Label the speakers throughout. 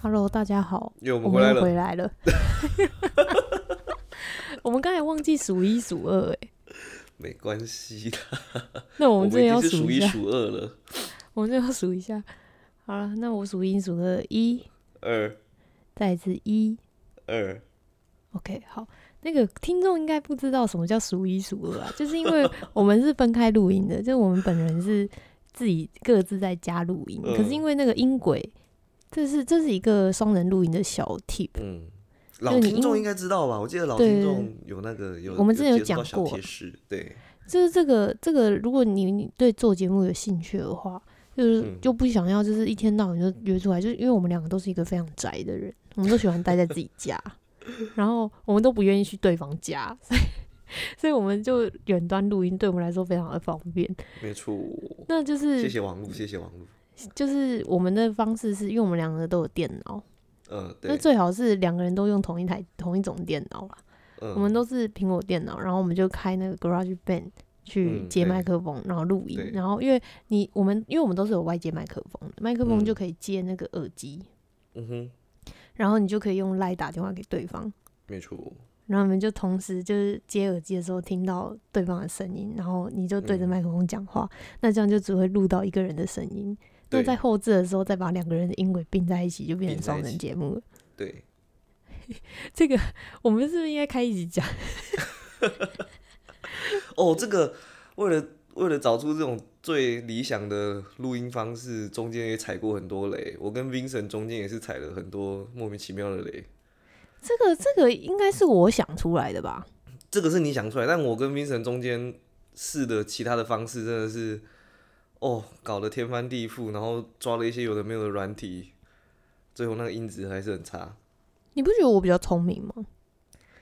Speaker 1: Hello，大家好，
Speaker 2: 因为我
Speaker 1: 我
Speaker 2: 们回
Speaker 1: 们
Speaker 2: 来
Speaker 1: 又
Speaker 2: 了，
Speaker 1: 回来了。 我们刚才忘记数一数二，哎，
Speaker 2: 没关系啦，
Speaker 1: 那 我
Speaker 2: 我
Speaker 1: 们这
Speaker 2: 们已
Speaker 1: 里
Speaker 2: 经
Speaker 1: 要
Speaker 2: 是数
Speaker 1: 一
Speaker 2: 一
Speaker 1: 下，
Speaker 2: 数二了，
Speaker 1: 我们这里要数一下。好了，那我数一数二，一，
Speaker 2: 二
Speaker 1: 再一次一
Speaker 2: 二，
Speaker 1: ，OK，好。那个听众应该不知道什么叫数一数二啊，就是因为我们是分开录音的，就是我们本人是自己各自在家录音，
Speaker 2: 嗯
Speaker 1: 可是因为那个音轨，这是这是一个双人录音的小 tip，
Speaker 2: 嗯，老
Speaker 1: 就你
Speaker 2: 听
Speaker 1: 因
Speaker 2: 众
Speaker 1: 为
Speaker 2: 应该知道吧？我记得老
Speaker 1: 对
Speaker 2: 听众有那个有，
Speaker 1: 我们之前有
Speaker 2: 接触
Speaker 1: 讲
Speaker 2: 到小
Speaker 1: 过
Speaker 2: 贴士，对，
Speaker 1: 就是这个这个，如果你你对做节目有兴趣的话，就是、
Speaker 2: 嗯
Speaker 1: 就不想要就是一天到晚就约出来，就是因为我们两个都是一个非常宅的人，我们都喜欢待在自己 家，然后我们都不愿意去对方家，所以所以我们就远端录音，对我们来说非常的方便。
Speaker 2: 没错，
Speaker 1: 那就是
Speaker 2: 谢谢王璐，谢谢王璐，
Speaker 1: 就是我们的方式是因为我们两个都有电脑，
Speaker 2: 嗯，
Speaker 1: 那
Speaker 2: 对，
Speaker 1: 最好是两个人都用同一台同一种电脑啦。
Speaker 2: 嗯
Speaker 1: 我们都是苹果电脑，然后我们就开那个 Garage Band 去
Speaker 2: 嗯
Speaker 1: 接
Speaker 2: 对
Speaker 1: 麦克风，然后录音
Speaker 2: 对。
Speaker 1: 然后因为你我们因为我们都是有外接麦克风的，麦克风
Speaker 2: 嗯
Speaker 1: 就可以接那个耳机，
Speaker 2: 嗯哼，
Speaker 1: 然后你就可以用 Line 打电话给对方，
Speaker 2: 没错，
Speaker 1: 然后你们就同时就是接耳机的时候听到对方的声音，然后你就对着
Speaker 2: 嗯
Speaker 1: 麦克风讲话，那这样就只会录到一个人的声音。那
Speaker 2: 对
Speaker 1: 在后置的时候再把两个人的音轨并在一起，就变成
Speaker 2: 并在
Speaker 1: 双
Speaker 2: 一
Speaker 1: 人
Speaker 2: 起
Speaker 1: 节目了。
Speaker 2: 对，
Speaker 1: 这个 我们是不是应该开一集讲？
Speaker 2: 哦，这个为了为了找出这种最理想的录音方式，中间也踩过很多雷，我跟 Vincent 中间也是踩了很多莫名其妙的雷。
Speaker 1: 这个这个应该是我想出来的吧？
Speaker 2: 这个是你想出来，但我跟 Vincent 中间试的其他的方式真的是，哦，搞得天翻地覆，然后抓了一些有的没有的软体，最后那个音质还是很差。
Speaker 1: 你不觉得我比较聪明吗？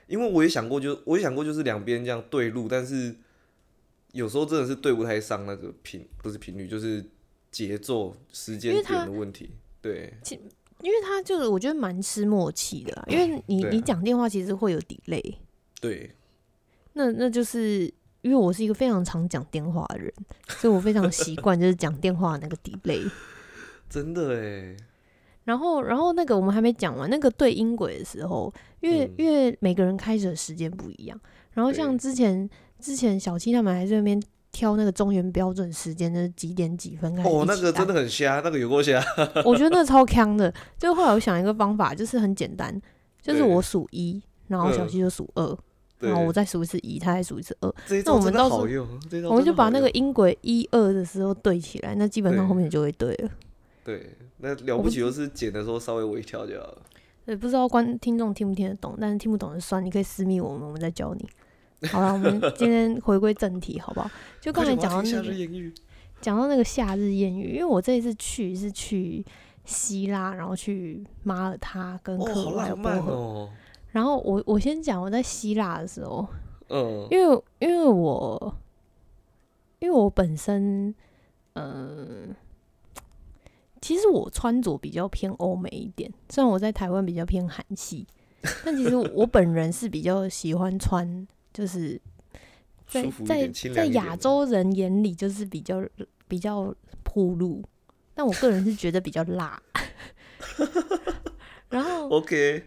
Speaker 2: 因为我也想过就，我也想过，就是两边这样对路，但是有时候真的是对不太上那个频，不是频率，就是节奏、时间
Speaker 1: 因为
Speaker 2: 点
Speaker 1: 它
Speaker 2: 的问题。对，
Speaker 1: 因为他就是我觉得蛮吃默契的啦，因为你、
Speaker 2: 对啊
Speaker 1: 你讲电话其实会有 delay，
Speaker 2: 对，
Speaker 1: 那那就是因为我是一个非常常讲电话的人，所以我非常习惯就是讲电话那个 delay。
Speaker 2: 真的哎，
Speaker 1: 然后然后那个我们还没讲完，那个对音轨的时候，因为、
Speaker 2: 嗯
Speaker 1: 因为每个人开始的时间不一样，然后像
Speaker 2: 对
Speaker 1: 之前之前小七他们还在那边挑那个中原标准时间，就是几点几分开始
Speaker 2: 哦，
Speaker 1: 一
Speaker 2: 那
Speaker 1: 起
Speaker 2: 个
Speaker 1: 按
Speaker 2: 真的很瞎，那个有够瞎。
Speaker 1: 我觉得那超坑的。就后来我想一个方法，就是很简单，就是
Speaker 2: 对
Speaker 1: 我数一，然后小
Speaker 2: 嗯
Speaker 1: 七就数二，
Speaker 2: 对
Speaker 1: 然，后我再数一次一，他再数一次二，
Speaker 2: 这一
Speaker 1: 那我
Speaker 2: 招
Speaker 1: 们
Speaker 2: 真的
Speaker 1: 到时
Speaker 2: 好用，这一招
Speaker 1: 我们就
Speaker 2: 真的
Speaker 1: 把
Speaker 2: 好
Speaker 1: 那个
Speaker 2: 用
Speaker 1: 音轨一二的时候对起来，那基本上
Speaker 2: 对
Speaker 1: 后面就会对了。
Speaker 2: 对，那了
Speaker 1: 我
Speaker 2: 不
Speaker 1: 不
Speaker 2: 起就是剪的时候稍微微调就好了。
Speaker 1: 对，不知道观听众听不听得懂，但是听不懂就算，你可以私密我们，我们再教你。 好了，我们今天回归正题，好不好？就刚才讲到
Speaker 2: 快点我要听
Speaker 1: 那
Speaker 2: 夏日
Speaker 1: 个
Speaker 2: 艳遇，
Speaker 1: 讲到那个夏日艳遇，因为我这一次去是去希腊，然后去马耳他跟
Speaker 2: 哦，
Speaker 1: 克
Speaker 2: 好
Speaker 1: 罗埃
Speaker 2: 浪
Speaker 1: 波
Speaker 2: 漫
Speaker 1: 河。
Speaker 2: 哦。
Speaker 1: 然后我我先讲我在希腊的时候，
Speaker 2: 嗯，
Speaker 1: 因为因为我因为我本身，嗯、其实我穿着比较偏欧美一点，虽然我在台湾比较偏韩系，但其实我我本人是比较喜欢穿，就是在
Speaker 2: 舒服一
Speaker 1: 在
Speaker 2: 点，清
Speaker 1: 在
Speaker 2: 凉一点
Speaker 1: 亚
Speaker 2: 的。
Speaker 1: 洲人眼里就是比较比较铺路，但我个人是觉得比较辣。 然后
Speaker 2: OK，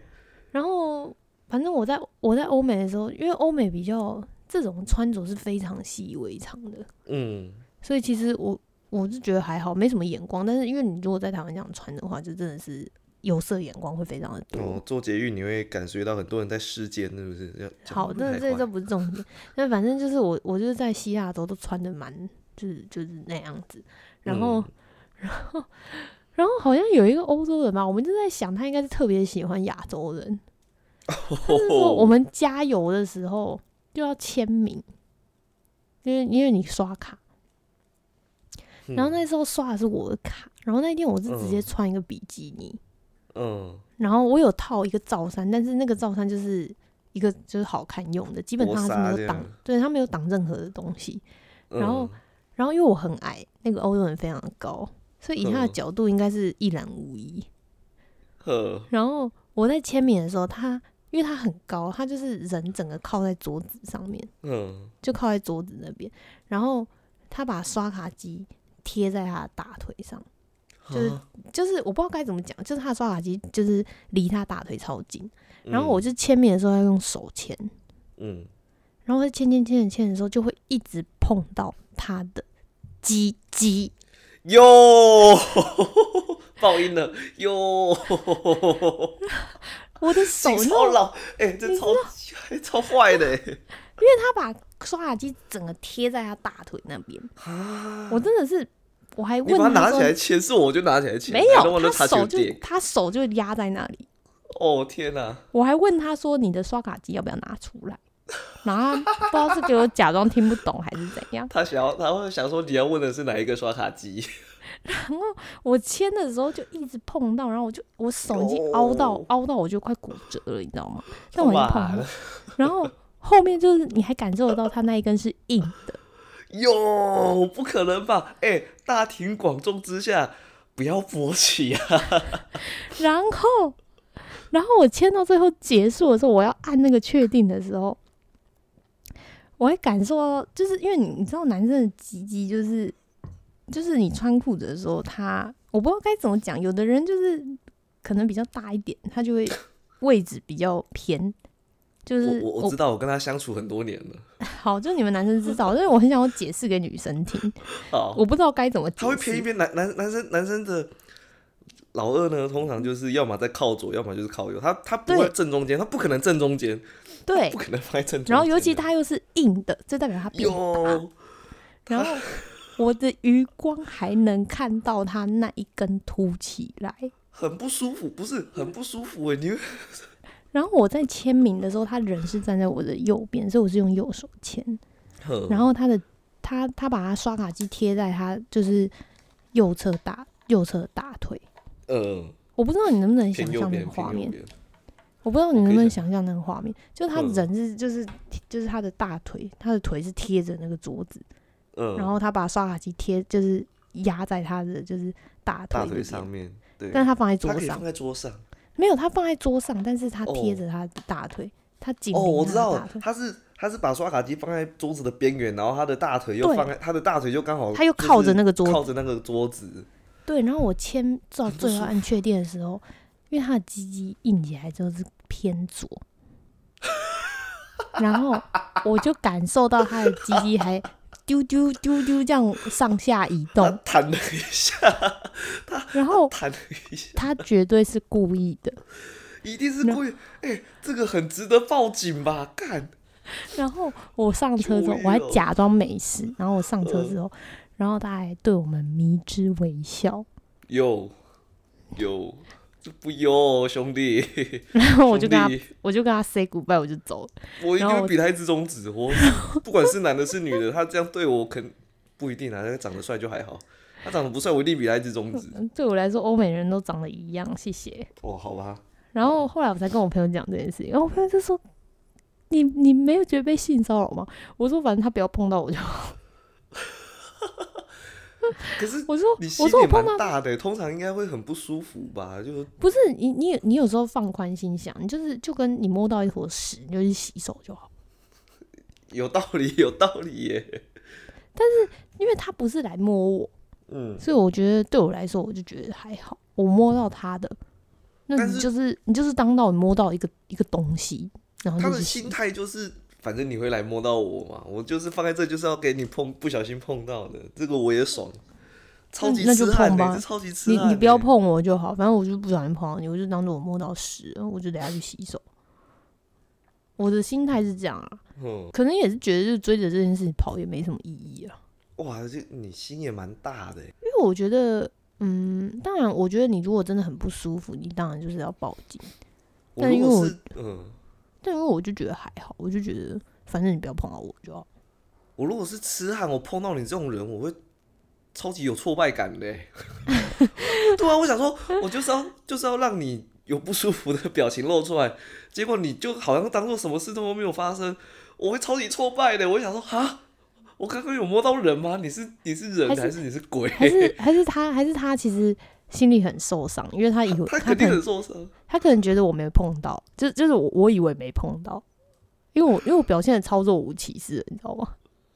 Speaker 1: 然后反正我在我在欧美的时候，因为欧美比较这种穿着是非常习以为常的，
Speaker 2: 嗯，
Speaker 1: 所以其实我我是觉得还好，没什么眼光。但是因为你如果在台湾这样穿的话，就真的是有色眼光会非常的多。
Speaker 2: 哦，做节育你会感觉到很多人在世间，是不是？要讲
Speaker 1: 好，
Speaker 2: 得
Speaker 1: 那
Speaker 2: 太
Speaker 1: 这
Speaker 2: 快
Speaker 1: 这不是重点。那反正就是我，我就是在希腊的时候都穿的蛮，就是就是那样子。然后，
Speaker 2: 嗯
Speaker 1: 然后，然后好像有一个欧洲人吧，我们就在想他应该是特别喜欢亚洲人。他是说 我们加油的时候就要签名，因为因为你刷卡，然后那时候刷的是我的卡，然后那天我是直接
Speaker 2: 嗯
Speaker 1: 穿一个比基尼，
Speaker 2: 嗯，
Speaker 1: 然后我有套一个罩衫，但是那个罩衫就是一个就是好看用的，基本上它是
Speaker 2: 薄纱
Speaker 1: 没
Speaker 2: 这
Speaker 1: 有
Speaker 2: 样
Speaker 1: 挡，对它没有挡任何的东西。
Speaker 2: 嗯
Speaker 1: 然后然后因为我很矮，那个欧洲人非常的高，所以以他的
Speaker 2: 嗯
Speaker 1: 角度应该是一览无遗。
Speaker 2: 呵，
Speaker 1: 然后我在签名的时候，他因为他很高，他就是人整个靠在桌子上面，
Speaker 2: 嗯，
Speaker 1: 就靠在桌子那边，然后他把刷卡机贴在他的大腿上，就是
Speaker 2: 啊
Speaker 1: 就是我不知道该怎么讲，就是他的刷卡机就是离他大腿超近，然后我
Speaker 2: 嗯
Speaker 1: 就签名的时候要用手签，
Speaker 2: 嗯
Speaker 1: 然后我签签签签签的时候就会一直碰到他的鸡鸡，
Speaker 2: 哟， 爆音了哟，
Speaker 1: 我的手，
Speaker 2: 你
Speaker 1: 你知
Speaker 2: 超
Speaker 1: 道
Speaker 2: 老哎、这超超坏的哎、
Speaker 1: 他把刷卡机整个贴在他大腿那边，
Speaker 2: 啊！
Speaker 1: 我真的是，我还
Speaker 2: 你把它
Speaker 1: 问
Speaker 2: 拿
Speaker 1: 说
Speaker 2: 起来牵，是我就拿起来牵，
Speaker 1: 没
Speaker 2: I
Speaker 1: 有，
Speaker 2: don't wanna
Speaker 1: 他
Speaker 2: touch your
Speaker 1: 手就
Speaker 2: dick
Speaker 1: 他手就压在那里，
Speaker 2: 哦天哪、
Speaker 1: 我还问他说你的刷卡机要不要拿出来，然后他不知道是给我假装听不懂还是怎样。
Speaker 2: 他想要，他会想说你要问的是哪一个刷卡机？
Speaker 1: 我签的时候就一直碰到，然后我就我手已经凹到、
Speaker 2: 哦
Speaker 1: 凹到，我就快骨折了，你知道吗？但我已经
Speaker 2: 哇
Speaker 1: 碰到，然后后面就是你还感受得到它那一根是硬的，
Speaker 2: 哟，不可能吧？哎、大庭广众之下，不要勃起啊！
Speaker 1: 然后然后我签到最后结束的时候，我要按那个确定的时候，我会感受到，就是因为你你知道男生的鸡鸡就是就是你穿裤子的时候，他我不知道该怎么讲，有的人就是可能比较大一点，他就会位置比较偏。就是
Speaker 2: 我我我知道，我跟他相处很多年了。
Speaker 1: 好，就你们男生知道，但是我很想要解释给女生听，
Speaker 2: 好，
Speaker 1: 我不知道该怎么
Speaker 2: 他
Speaker 1: 解
Speaker 2: 会偏一
Speaker 1: 释。
Speaker 2: 边，男男男生男生的老二呢，通常就是要么在靠左，要么就是靠右。他他不会
Speaker 1: 对
Speaker 2: 正中间，他不可能正中间，
Speaker 1: 对
Speaker 2: 不，可能放在正中间的。
Speaker 1: 然后尤其他又是硬的，这代表他变大。
Speaker 2: 哟，
Speaker 1: 然 后我的余光还能看到他那一根凸起来。
Speaker 2: 很不舒服，不是很不舒服哎、你
Speaker 1: 然后我在签名的时候，他人是站在我的右边，所以我是用右手签。
Speaker 2: 嗯哼
Speaker 1: 然后他的他他把他刷卡机贴在他就是右侧大右侧大腿，
Speaker 2: 呃，
Speaker 1: 我不知道你能不能
Speaker 2: 偏
Speaker 1: 想
Speaker 2: 右
Speaker 1: 象那
Speaker 2: 边，
Speaker 1: 个画
Speaker 2: 偏
Speaker 1: 面。
Speaker 2: 右边。
Speaker 1: 我不知道你能不
Speaker 2: 我可以
Speaker 1: 能想象那个画面，就是他
Speaker 2: 嗯
Speaker 1: 人是就是就是他的大腿，他的腿是贴着那个桌子，
Speaker 2: 嗯，
Speaker 1: 然后他把刷卡机贴就是压在他的就是大腿
Speaker 2: 大
Speaker 1: 这
Speaker 2: 腿
Speaker 1: 边
Speaker 2: 上，面，对，
Speaker 1: 但他放在
Speaker 2: 它
Speaker 1: 桌
Speaker 2: 可以
Speaker 1: 上
Speaker 2: 放，在桌上。
Speaker 1: 没有他放在桌上，但是他
Speaker 2: 哦
Speaker 1: 贴着他的大腿，他紧
Speaker 2: 哦，我
Speaker 1: 邻他
Speaker 2: 知
Speaker 1: 的
Speaker 2: 道
Speaker 1: 啊大，腿，
Speaker 2: 他是他是把刷卡机放在桌子的边缘，然后他的大腿又
Speaker 1: 对
Speaker 2: 放在他的大腿哦就刚好，
Speaker 1: 他又靠着那个桌子，
Speaker 2: 靠着那个桌子，
Speaker 1: 对，然后我签到
Speaker 2: 很不
Speaker 1: 最
Speaker 2: 舒
Speaker 1: 后按确定的时候，因为他的鸡鸡硬起来就是偏左，然后我就感受到他的鸡鸡还丢丢丢丢这样上下移
Speaker 2: 他
Speaker 1: 动，
Speaker 2: 弹了一下，
Speaker 1: 然后
Speaker 2: 弹了一下，
Speaker 1: 他绝对是故意的，
Speaker 2: 一定是
Speaker 1: 那
Speaker 2: 故意。哎、这个很值得报警吧？干，
Speaker 1: 然后我上车之后
Speaker 2: 注意
Speaker 1: 我还
Speaker 2: 哦嗯
Speaker 1: 假装没事，然后我上车之后，然后他还对我们迷之微笑，
Speaker 2: 有有，这不有兄弟，
Speaker 1: 然后我就跟他
Speaker 2: 兄弟
Speaker 1: 我就跟他 say goodbye，我就走了，
Speaker 2: 我一定
Speaker 1: 然后
Speaker 2: 会
Speaker 1: 我
Speaker 2: 比他一只中指。 我不管是男的是女的，他这样对我肯不一定啊，他长得帅就还好。他长得不帅，我一定比他一只中指。
Speaker 1: 嗯对我来说欧美人都长得一样，谢谢。
Speaker 2: 哦，好吧，
Speaker 1: 然后后来我才跟我朋友讲这件事情，然后我朋友就说：“你你没有觉得被性骚扰吗？”我说：“反正他不要碰到我就。
Speaker 2: 可是”
Speaker 1: 我说：“
Speaker 2: 你心
Speaker 1: 我说
Speaker 2: 也
Speaker 1: 我碰
Speaker 2: 蛮
Speaker 1: 到
Speaker 2: 大的欸，通常应该会很不舒服吧？就
Speaker 1: 不是你你你有时候放宽心想，你就是就跟你摸到一坨屎，你就去洗手就好。
Speaker 2: 有道理，有道理耶。
Speaker 1: 因为他不是来摸我，
Speaker 2: 嗯，
Speaker 1: 所以我觉得对我来说，我就觉得还好。我摸到他的，那
Speaker 2: 但
Speaker 1: 你
Speaker 2: 是
Speaker 1: 就是你就是当到你摸到一个一个东西，然后
Speaker 2: 他
Speaker 1: 就
Speaker 2: 的
Speaker 1: 是
Speaker 2: 心
Speaker 1: 洗。
Speaker 2: 态就是，反正你会来摸到我嘛，我就是放在这，就是要给你碰，不小心碰到的，这个我也爽，超级
Speaker 1: 那就
Speaker 2: 痴汉
Speaker 1: 碰
Speaker 2: 呢、
Speaker 1: 吧
Speaker 2: 这超级痴
Speaker 1: 你
Speaker 2: 汉、欸
Speaker 1: 你不要，碰我就好，反正我就不小心碰到你，我就当做我摸到屎，我就等下去洗手。我的心态是这样啊，
Speaker 2: 嗯，
Speaker 1: 可能也是觉得就是追着这件事情跑也没什么意义啊，
Speaker 2: 哇，这你心也蛮大的耶，欸
Speaker 1: 因为我觉得，嗯，当然，我觉得你如果真的很不舒服，你当然就是要报警。
Speaker 2: 我
Speaker 1: 但
Speaker 2: 如
Speaker 1: 因为
Speaker 2: 果
Speaker 1: 我
Speaker 2: 是，嗯，
Speaker 1: 但因为我就觉得还好，我就觉得反正你不要碰到我就好。
Speaker 2: 我如果是痴汉，我碰到你这种人，我会超级有挫败感的 耶。对啊，我想说，我就是要就是要让你有不舒服的表情露出来，结果你就好像当做什么事都没有发生，我会超级挫败的。我会想说，哈，我刚刚有摸到人吗？你是你是人
Speaker 1: 还
Speaker 2: 还
Speaker 1: 是
Speaker 2: 是你是鬼？
Speaker 1: 还是还是他还是他其实心里很受伤，因为他以为
Speaker 2: 他
Speaker 1: 他可
Speaker 2: 肯定
Speaker 1: 能
Speaker 2: 很受伤。
Speaker 1: 他可能觉得我没碰到，就就是我我以为没碰到，因为我因为我表现的操作无其事，你知道吗？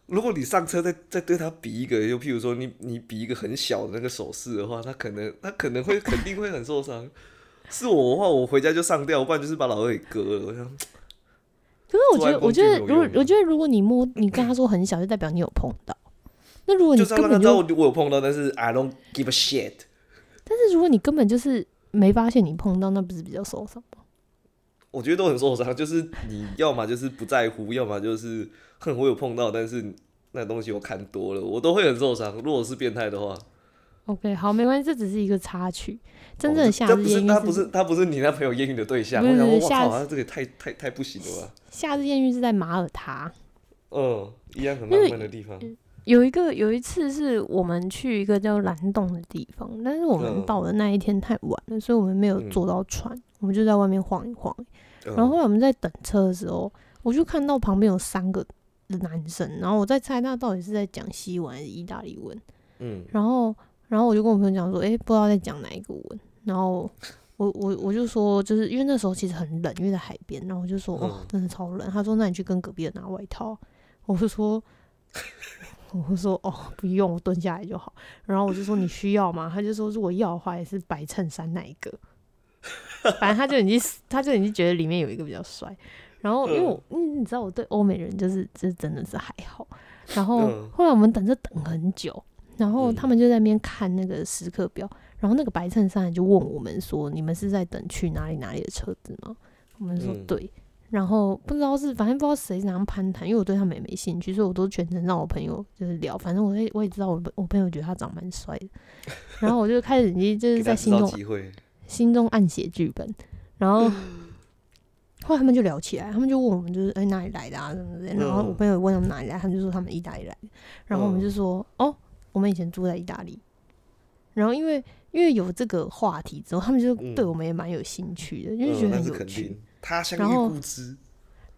Speaker 2: 如果你上车再再对他比一个，就譬如说你你比一个很小的那个手势的话，他可能他可能会肯定会很受伤。 是我的话，我回家就上吊，不然就是把老二给割了。我想，
Speaker 1: 可是我
Speaker 2: 做
Speaker 1: 觉
Speaker 2: 爱
Speaker 1: 得，
Speaker 2: 工
Speaker 1: 我
Speaker 2: 具
Speaker 1: 觉得，
Speaker 2: 没有
Speaker 1: 如果
Speaker 2: 用的啊
Speaker 1: 我觉得，如果你摸，你跟他说很小，就代表你有碰到。那如果你
Speaker 2: 就是要
Speaker 1: 根
Speaker 2: 让他
Speaker 1: 本
Speaker 2: 知道
Speaker 1: 就，
Speaker 2: 我我有碰到，但是 I don't give a shit。
Speaker 1: 但是如果你根本就是没发现你碰到，那不是比较受伤吗？
Speaker 2: 我觉得都很受伤，就是你要么就是不在乎，要么就是哼我有碰到，但是那东西我看多了，我都会很受伤。如果是变态的话，
Speaker 1: OK，好，没关系，这只是一个插曲。真正
Speaker 2: 哦
Speaker 1: 的
Speaker 2: 这
Speaker 1: 夏
Speaker 2: 这
Speaker 1: 日
Speaker 2: 不
Speaker 1: 艳
Speaker 2: 是
Speaker 1: 遇
Speaker 2: 他不是他不是你那朋友艳遇的对象，
Speaker 1: 不是不
Speaker 2: 我想说，
Speaker 1: 是
Speaker 2: 我
Speaker 1: 下
Speaker 2: 靠，他这个太太太不行了吧？
Speaker 1: 夏日艳遇是在马耳他。
Speaker 2: 嗯，一样很
Speaker 1: 因
Speaker 2: 浪
Speaker 1: 为
Speaker 2: 漫的地方。
Speaker 1: 有一个有一次是我们去一个叫蓝洞的地方，但是我们
Speaker 2: 嗯
Speaker 1: 到的那一天太晚了，所以我们没有
Speaker 2: 嗯
Speaker 1: 坐到船，我们就在外面晃一晃。
Speaker 2: 嗯
Speaker 1: 然后后来我们在等车的时候，我就看到旁边有三个男生，然后我在猜他到底是在讲西文还是意大利文。
Speaker 2: 嗯，
Speaker 1: 然后，然后我就跟我朋友讲说，诶，不知道在讲哪一个文。然后我我我就说，就是因为那时候其实很冷，因为在海边。然后我就说，哦
Speaker 2: 嗯，
Speaker 1: 真的超冷。他说，那你去跟隔壁的拿外套。 我就说， 我就说，哦，不用，我蹲下来就好。然后我就说，你需要吗？他就说，如果要的话，也是白衬衫那一个。反正他就已经， 他就已经觉得里面有一个比较帅。然后，因为我，嗯，你知道我对欧美人就是，这真的是还好。然后
Speaker 2: 嗯
Speaker 1: 后来我们等着等很久，然后
Speaker 2: 嗯
Speaker 1: 他们就在那边看那个时刻表，然后那个白衬衫就问我们说：“你们是在等去哪里哪里的车子吗？”我们说
Speaker 2: 嗯
Speaker 1: 对，然后不知道是反正不知道谁怎样攀谈，因为我对他们也没兴趣，所以我都全程让我朋友就是聊，反正我也我也知道我我朋友觉得他长蛮帅的， 然后我就开始已经就
Speaker 2: 给
Speaker 1: 是
Speaker 2: 他
Speaker 1: 在
Speaker 2: 制
Speaker 1: 心
Speaker 2: 造
Speaker 1: 中
Speaker 2: 机会。
Speaker 1: 心中暗写剧本，然后
Speaker 2: 嗯
Speaker 1: 后来他们就聊起来，他们就问我们就是哎、哪里来的啊什么之类的，然后
Speaker 2: 嗯
Speaker 1: 我朋友也问他们哪里来，他们就说他们意大利来的，然后我们
Speaker 2: 嗯
Speaker 1: 就说、哦，我们以前住在意大利，然后因为因为有这个话题之后，他们就
Speaker 2: 嗯
Speaker 1: 对我们也蛮有兴趣的，因为
Speaker 2: 嗯，
Speaker 1: 觉得
Speaker 2: 那
Speaker 1: 很
Speaker 2: 是
Speaker 1: 有
Speaker 2: 肯
Speaker 1: 趣。
Speaker 2: 定。他乡
Speaker 1: 然
Speaker 2: 遇
Speaker 1: 后
Speaker 2: 故知，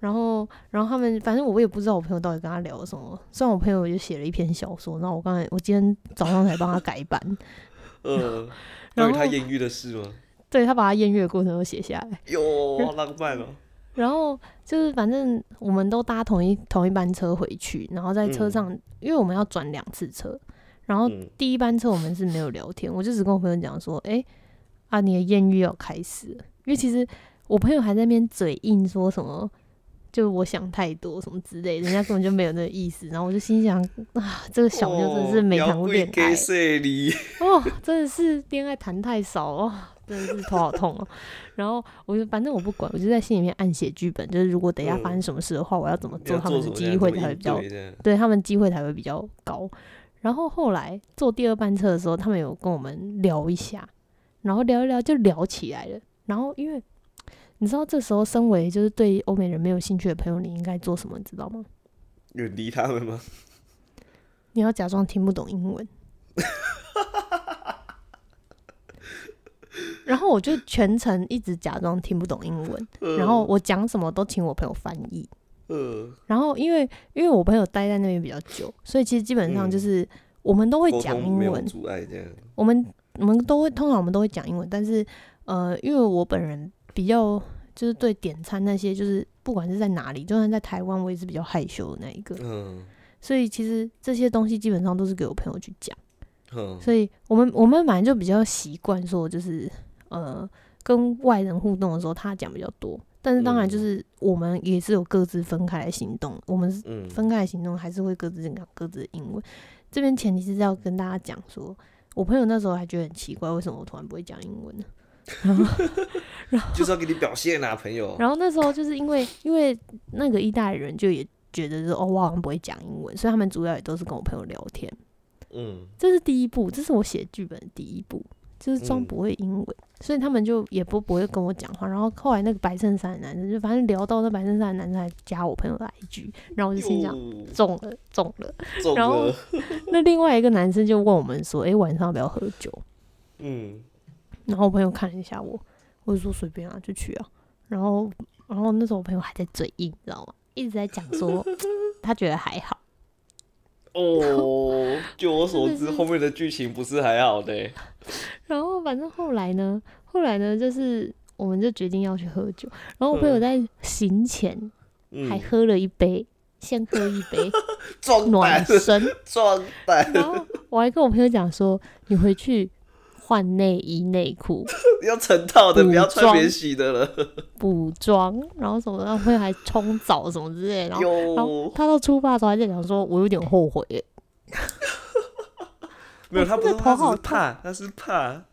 Speaker 1: 然后，然后他们反正我也不知道我朋友到底跟他聊了什么。虽然我朋友就写了一篇小说，然后我刚才我今天早上才帮他改版，
Speaker 2: 嗯，
Speaker 1: 然
Speaker 2: 关于他
Speaker 1: 后
Speaker 2: 艳遇的事吗？
Speaker 1: 对他把他艳遇的过程都写下来。
Speaker 2: 哟，好浪漫哦。
Speaker 1: 然后就是反正我们都搭同一同一班车回去，然后在车上，因为我们要转两次车，然后
Speaker 2: 嗯
Speaker 1: 第一班车我们是没有聊天，我就只跟我朋友讲说，哎、啊，你的艳遇要开始了，因为其实我朋友还在那边嘴硬说什么。就我想太多什么之类的，人家根本就没有那个意思。然后我就心想啊，这个小妞真的是没谈过恋爱
Speaker 2: 哦给，谁你？
Speaker 1: 哦，真的是恋爱谈太少哦， 真的是头好痛哦。然后我就反正我不管，我就在心里面暗写剧本，就是如果等一下发生什么事的话，我要怎么做，
Speaker 2: 嗯要
Speaker 1: 他
Speaker 2: 做
Speaker 1: 们
Speaker 2: 什
Speaker 1: 的
Speaker 2: 么
Speaker 1: 机会才会比较，
Speaker 2: 对
Speaker 1: 对他们机会才会比较高。然后后来坐第二班车的时候，他们有跟我们聊一下，然后聊一聊就聊起来了。然后因为你知道，这时候身为就是对欧美人没有兴趣的朋友，你应该做什么，你知道吗？
Speaker 2: 远离他们吗？
Speaker 1: 你要假装听不懂英文。 然后我就全程一直假装听不懂英文，然后我讲什么都请我朋友翻译。
Speaker 2: 嗯，
Speaker 1: 然后因为因为我朋友待在那边比较久，所以其实基本上就是我们都会
Speaker 2: 嗯沟
Speaker 1: 讲
Speaker 2: 通
Speaker 1: 英
Speaker 2: 没有
Speaker 1: 文，
Speaker 2: 阻碍这样。
Speaker 1: 我们我们都会通常我们都会讲英文，但是呃，因为我本人比较就是对点餐那些，就是不管是在哪里，就算在台湾，我也是比较害羞的那一个，
Speaker 2: 嗯
Speaker 1: 所以其实这些东西基本上都是给我朋友去讲。
Speaker 2: 嗯，
Speaker 1: 所以我们我们本来就比较习惯说，就是呃，跟外人互动的时候，他讲比较多。但是当然，
Speaker 2: 嗯
Speaker 1: 就是我们也是有各自分开来行动，我们是
Speaker 2: 嗯
Speaker 1: 分开来行动，还是会各自讲各自的英文。这边前提是要跟大家讲说，我朋友那时候还觉得很奇怪，为什么我突然不会讲英
Speaker 2: 嗯
Speaker 1: 文呢？
Speaker 2: 就是要给你表现啊，朋友。
Speaker 1: 然后那时候就是因为因为那个一代人就也觉得是哦，我好像不会讲英文，所以他们主要也都是跟我朋友聊天。
Speaker 2: 嗯
Speaker 1: 这是第一步，这是我写剧本的第一步，就是装
Speaker 2: 嗯
Speaker 1: 不会英文，所以他们就也不不会跟我讲话。然后后来那个白衬衫的男生，就反正聊到那白衬衫的男生还加我朋友的 IG，然后我就心想
Speaker 2: 哟
Speaker 1: 中了中了。
Speaker 2: 中
Speaker 1: 然后
Speaker 2: 了，
Speaker 1: 那另外一个男生就问我们说：“诶，晚上要不要喝酒
Speaker 2: 嗯，？”
Speaker 1: 然后我朋友看了一下我，我就说随便啊，就去啊。然后然后那时候我朋友还在嘴硬，你知道吗？一直在讲说 他觉得还好。
Speaker 2: 哦，就我所
Speaker 1: 真的
Speaker 2: 知，
Speaker 1: 是
Speaker 2: 后面的剧情不是还好的。
Speaker 1: 然后反正后来呢，后来呢，就是我们就决定要去喝酒。然后我朋友
Speaker 2: 嗯
Speaker 1: 在行前还
Speaker 2: 嗯，
Speaker 1: 喝了一杯，先喝一 杯
Speaker 2: 壮
Speaker 1: 暖
Speaker 2: 胆，
Speaker 1: 身。
Speaker 2: 壮胆，
Speaker 1: 然后我还跟我朋友讲说，你回去换内衣内裤。
Speaker 2: 要成套的，
Speaker 1: 补
Speaker 2: 不要穿
Speaker 1: 妆
Speaker 2: 免洗的了。
Speaker 1: 补妆，然后什么，然后会还冲澡什么之类的，然后然后
Speaker 2: 有
Speaker 1: 他到出发的时候还在讲说，我有点后悔耶，
Speaker 2: 没有？
Speaker 1: 我
Speaker 2: 他不
Speaker 1: 真
Speaker 2: 是，
Speaker 1: 的头
Speaker 2: 他只
Speaker 1: 好
Speaker 2: 是怕，他是怕。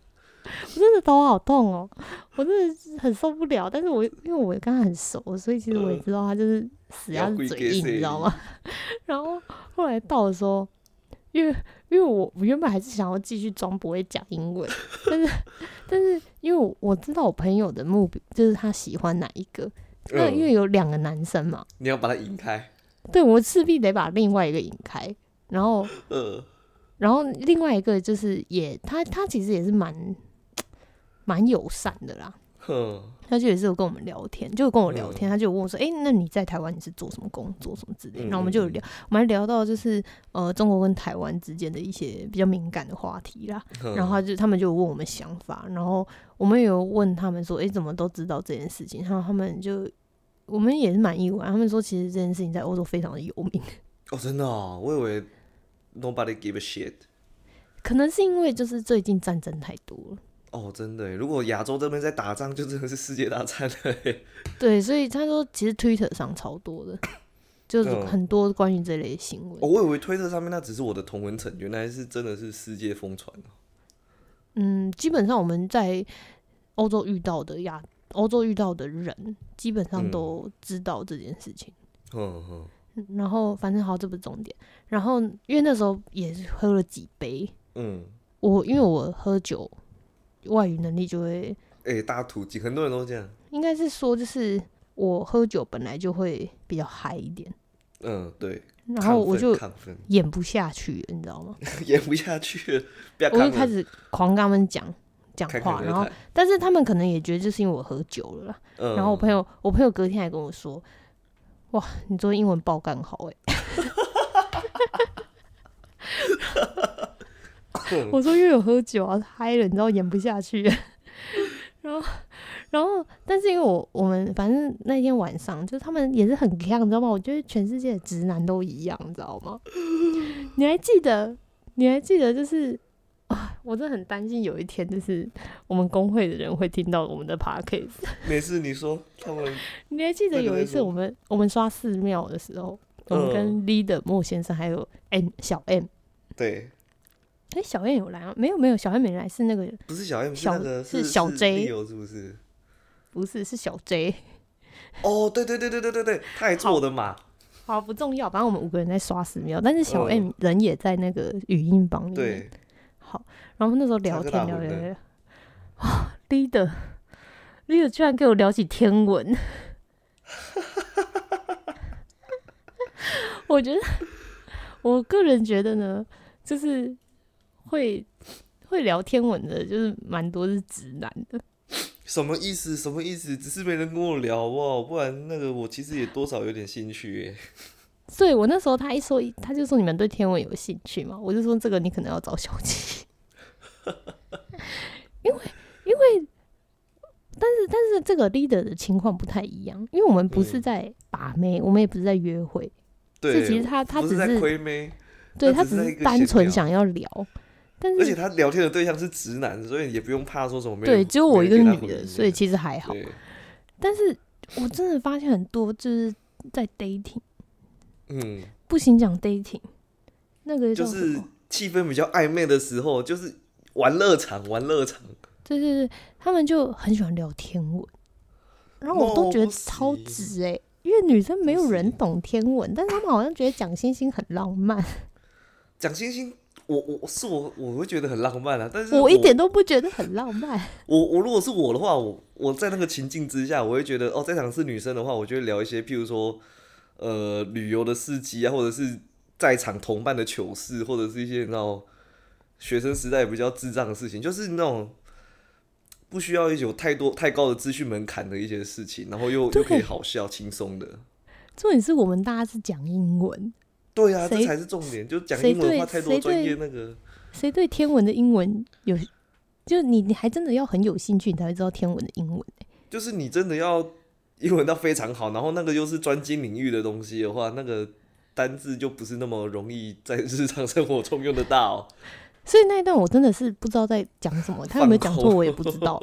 Speaker 1: 我真的头好痛哦， 我真的是很受不了。但是我因为我跟他很熟，所以其实我也知道他就是死鸭子嘴硬，你知道吗？ 然后后来到的时候，因为因为我我原本还是想要继续装不会讲英文， 但是但是因为我我知道我朋友的目标就是他喜欢哪一个，那
Speaker 2: 嗯
Speaker 1: 因为有两个男生嘛，
Speaker 2: 你要把它引开。
Speaker 1: 对我势必得把另外一个引开，然后。
Speaker 2: 呃，
Speaker 1: 然后另外一个就是也他他其实也是蛮蛮友善的啦，
Speaker 2: 哼，
Speaker 1: 他就也是有跟我们聊天，就有跟我
Speaker 2: 嗯
Speaker 1: 聊天，他就有问我说：“哎、那你在台湾你是做什么工作什么之类的？”
Speaker 2: 嗯
Speaker 1: 然后我们就有聊，我们还聊到就是呃中国跟台湾之间的一些比较敏感的话题啦。
Speaker 2: 哼
Speaker 1: 然后他就他们就问我们想法，然后我们也有问他们说：“哎、怎么都知道这件事情？”然后他们就我们也是蛮意外，他们说其实这件事情在欧洲非常的有名。
Speaker 2: 哦，真的哦，我以为 nobody give a shit。
Speaker 1: 可能是因为就是最近战争太多了，
Speaker 2: 哦，真的耶，如果亚洲这边在打仗，就真的是世界大战了 耶。
Speaker 1: 对，所以他说其实 Twitter 上超多的，就是
Speaker 2: 嗯
Speaker 1: 很多关于这类新闻。
Speaker 2: 哦，我以为推特上面那只是我的同文层，原来是真的是世界疯传哦。
Speaker 1: 嗯，基本上我们在欧洲遇到的亚欧洲遇到的人，基本上
Speaker 2: 嗯
Speaker 1: 都知道这件事情。
Speaker 2: 哼哼，
Speaker 1: 嗯然后反正好，这不是重点。然后因为那时候也是喝了几杯，
Speaker 2: 嗯，
Speaker 1: 我因为我喝酒，外语能力就会，
Speaker 2: 哎、大途径，很多人都这样。
Speaker 1: 应该是说就是我喝酒本来就会比较嗨一点，
Speaker 2: 嗯，对。
Speaker 1: 然后我
Speaker 2: 亢奋
Speaker 1: 就
Speaker 2: 亢奋，
Speaker 1: 演不下去了，你知道 吗？
Speaker 2: 演不下去了，不要
Speaker 1: 我
Speaker 2: 看
Speaker 1: 就开始狂跟他们讲讲
Speaker 2: 看
Speaker 1: 话，
Speaker 2: 看
Speaker 1: 然后但是他们可能也觉得就是因为我喝酒了啦。
Speaker 2: 嗯，
Speaker 1: 然后我朋友，我朋友隔天还跟我说：“哇，你昨天英文爆干好哎、
Speaker 2: 嗯
Speaker 1: 我说：“因为有喝酒啊，嗨了，你知道演不下去。” 然后，然后，但是因为我我们反正那天晚上，就是他们也是很强，你知道吗？我觉得全世界的直男都一样，你知道吗？你还记得？你还记得？就是啊，我真的很担心有一天，就是我们工会的人会听到我们的 podcast。
Speaker 2: 每次你说他们，
Speaker 1: 你还记得有一次
Speaker 2: 那个在说
Speaker 1: 我们我们刷寺庙的时候，我们跟
Speaker 2: 嗯
Speaker 1: leader 莫先生还有 M 小 M，
Speaker 2: 对，
Speaker 1: 哎、小 M 有来吗？没有没有，小 M 没来，是那个
Speaker 2: 不是小 M，是
Speaker 1: 小
Speaker 2: 那个
Speaker 1: 是小 J
Speaker 2: Leo 是不是？
Speaker 1: 不是是小 J，
Speaker 2: 哦，对对对对对对对，他也做我的马，
Speaker 1: 好不重要，反正我们五个人在刷寺庙，但是小
Speaker 2: 嗯
Speaker 1: M 人也在那个语音房里面。
Speaker 2: 对，
Speaker 1: 好，然后那时候聊
Speaker 2: 插个
Speaker 1: 天
Speaker 2: 大
Speaker 1: 聊
Speaker 2: 混
Speaker 1: 聊
Speaker 2: 蛋
Speaker 1: 聊，哇，leader leader 居然跟我聊起天文。我觉得，我个人觉得呢，就是会会聊天文的，就是蛮多是直男的。
Speaker 2: 什么意思？什么意思？只是没人跟我聊好不好？不然那个我其实也多少有点兴趣耶。
Speaker 1: 所以我那时候他一说，他就说你们对天文有兴趣嘛，我就说这个你可能要找小七， 因为因为，但是但是这个 leader 的情况不太一样，因为我们不是
Speaker 2: 嗯
Speaker 1: 在把妹，我们也不是在约会，
Speaker 2: 对，
Speaker 1: 这其实他他
Speaker 2: 不
Speaker 1: 只
Speaker 2: 是在
Speaker 1: 是
Speaker 2: 亏妹，
Speaker 1: 对
Speaker 2: 他
Speaker 1: 他
Speaker 2: 只
Speaker 1: 只
Speaker 2: 是在一
Speaker 1: 是
Speaker 2: 个
Speaker 1: 单
Speaker 2: 闲
Speaker 1: 纯
Speaker 2: 聊
Speaker 1: 想要聊，但
Speaker 2: 而且
Speaker 1: 是
Speaker 2: 他聊天的对象是直男，所以也不用怕说什么没人
Speaker 1: 对只有我一个
Speaker 2: 没人给他
Speaker 1: 女
Speaker 2: 回
Speaker 1: 的，
Speaker 2: 应
Speaker 1: 所以其实还好。
Speaker 2: 对，
Speaker 1: 但是我真的发现很多就是在 dating，
Speaker 2: 嗯，
Speaker 1: 不行讲 dating，那个
Speaker 2: 就
Speaker 1: 叫什
Speaker 2: 是
Speaker 1: 么？
Speaker 2: 气氛比较暧昧的时候，就是玩乐场，玩乐场。
Speaker 1: 对对对，他们就很喜欢聊天文，然后我都
Speaker 2: No，
Speaker 1: 觉得
Speaker 2: 不
Speaker 1: 超
Speaker 2: 行
Speaker 1: 值哎、因为女生没有人
Speaker 2: 行
Speaker 1: 懂天文，但是他们好像觉得讲星星很浪漫，
Speaker 2: 蒋欣欣，我我是我，我会觉得很浪漫啊，但是
Speaker 1: 我一点都不觉得很浪漫。
Speaker 2: 我我如果是我的话，我我在那个情境之下，我会觉得哦，在场是女生的话，我就会聊一些，譬如说，呃，旅游的事迹啊，或者是在场同伴的糗事，或者是一些那种学生时代比较智障的事情，就是那种不需要有太多太高的资讯门槛的一些事情，然后又
Speaker 1: 对
Speaker 2: 又可以好笑轻松的。
Speaker 1: 重点是我们大家是讲英文，
Speaker 2: 对啊，
Speaker 1: 谁
Speaker 2: 这才是重点。就讲
Speaker 1: 谁
Speaker 2: 英文的
Speaker 1: 对
Speaker 2: 话，太多
Speaker 1: 谁
Speaker 2: 专
Speaker 1: 对
Speaker 2: 业那个。
Speaker 1: 谁对天文的英文有？就你你还真的要很有兴趣，你才会知道天文的英文、欸。
Speaker 2: 就是你真的要英文到非常好，然后那个又是专精领域的东西的话，那个单字就不是那么容易在日常生活中用得到。
Speaker 1: 所以那一段我真的是不知道在讲什么，他有没有讲
Speaker 2: 放
Speaker 1: 错
Speaker 2: 空
Speaker 1: 我也不知 道。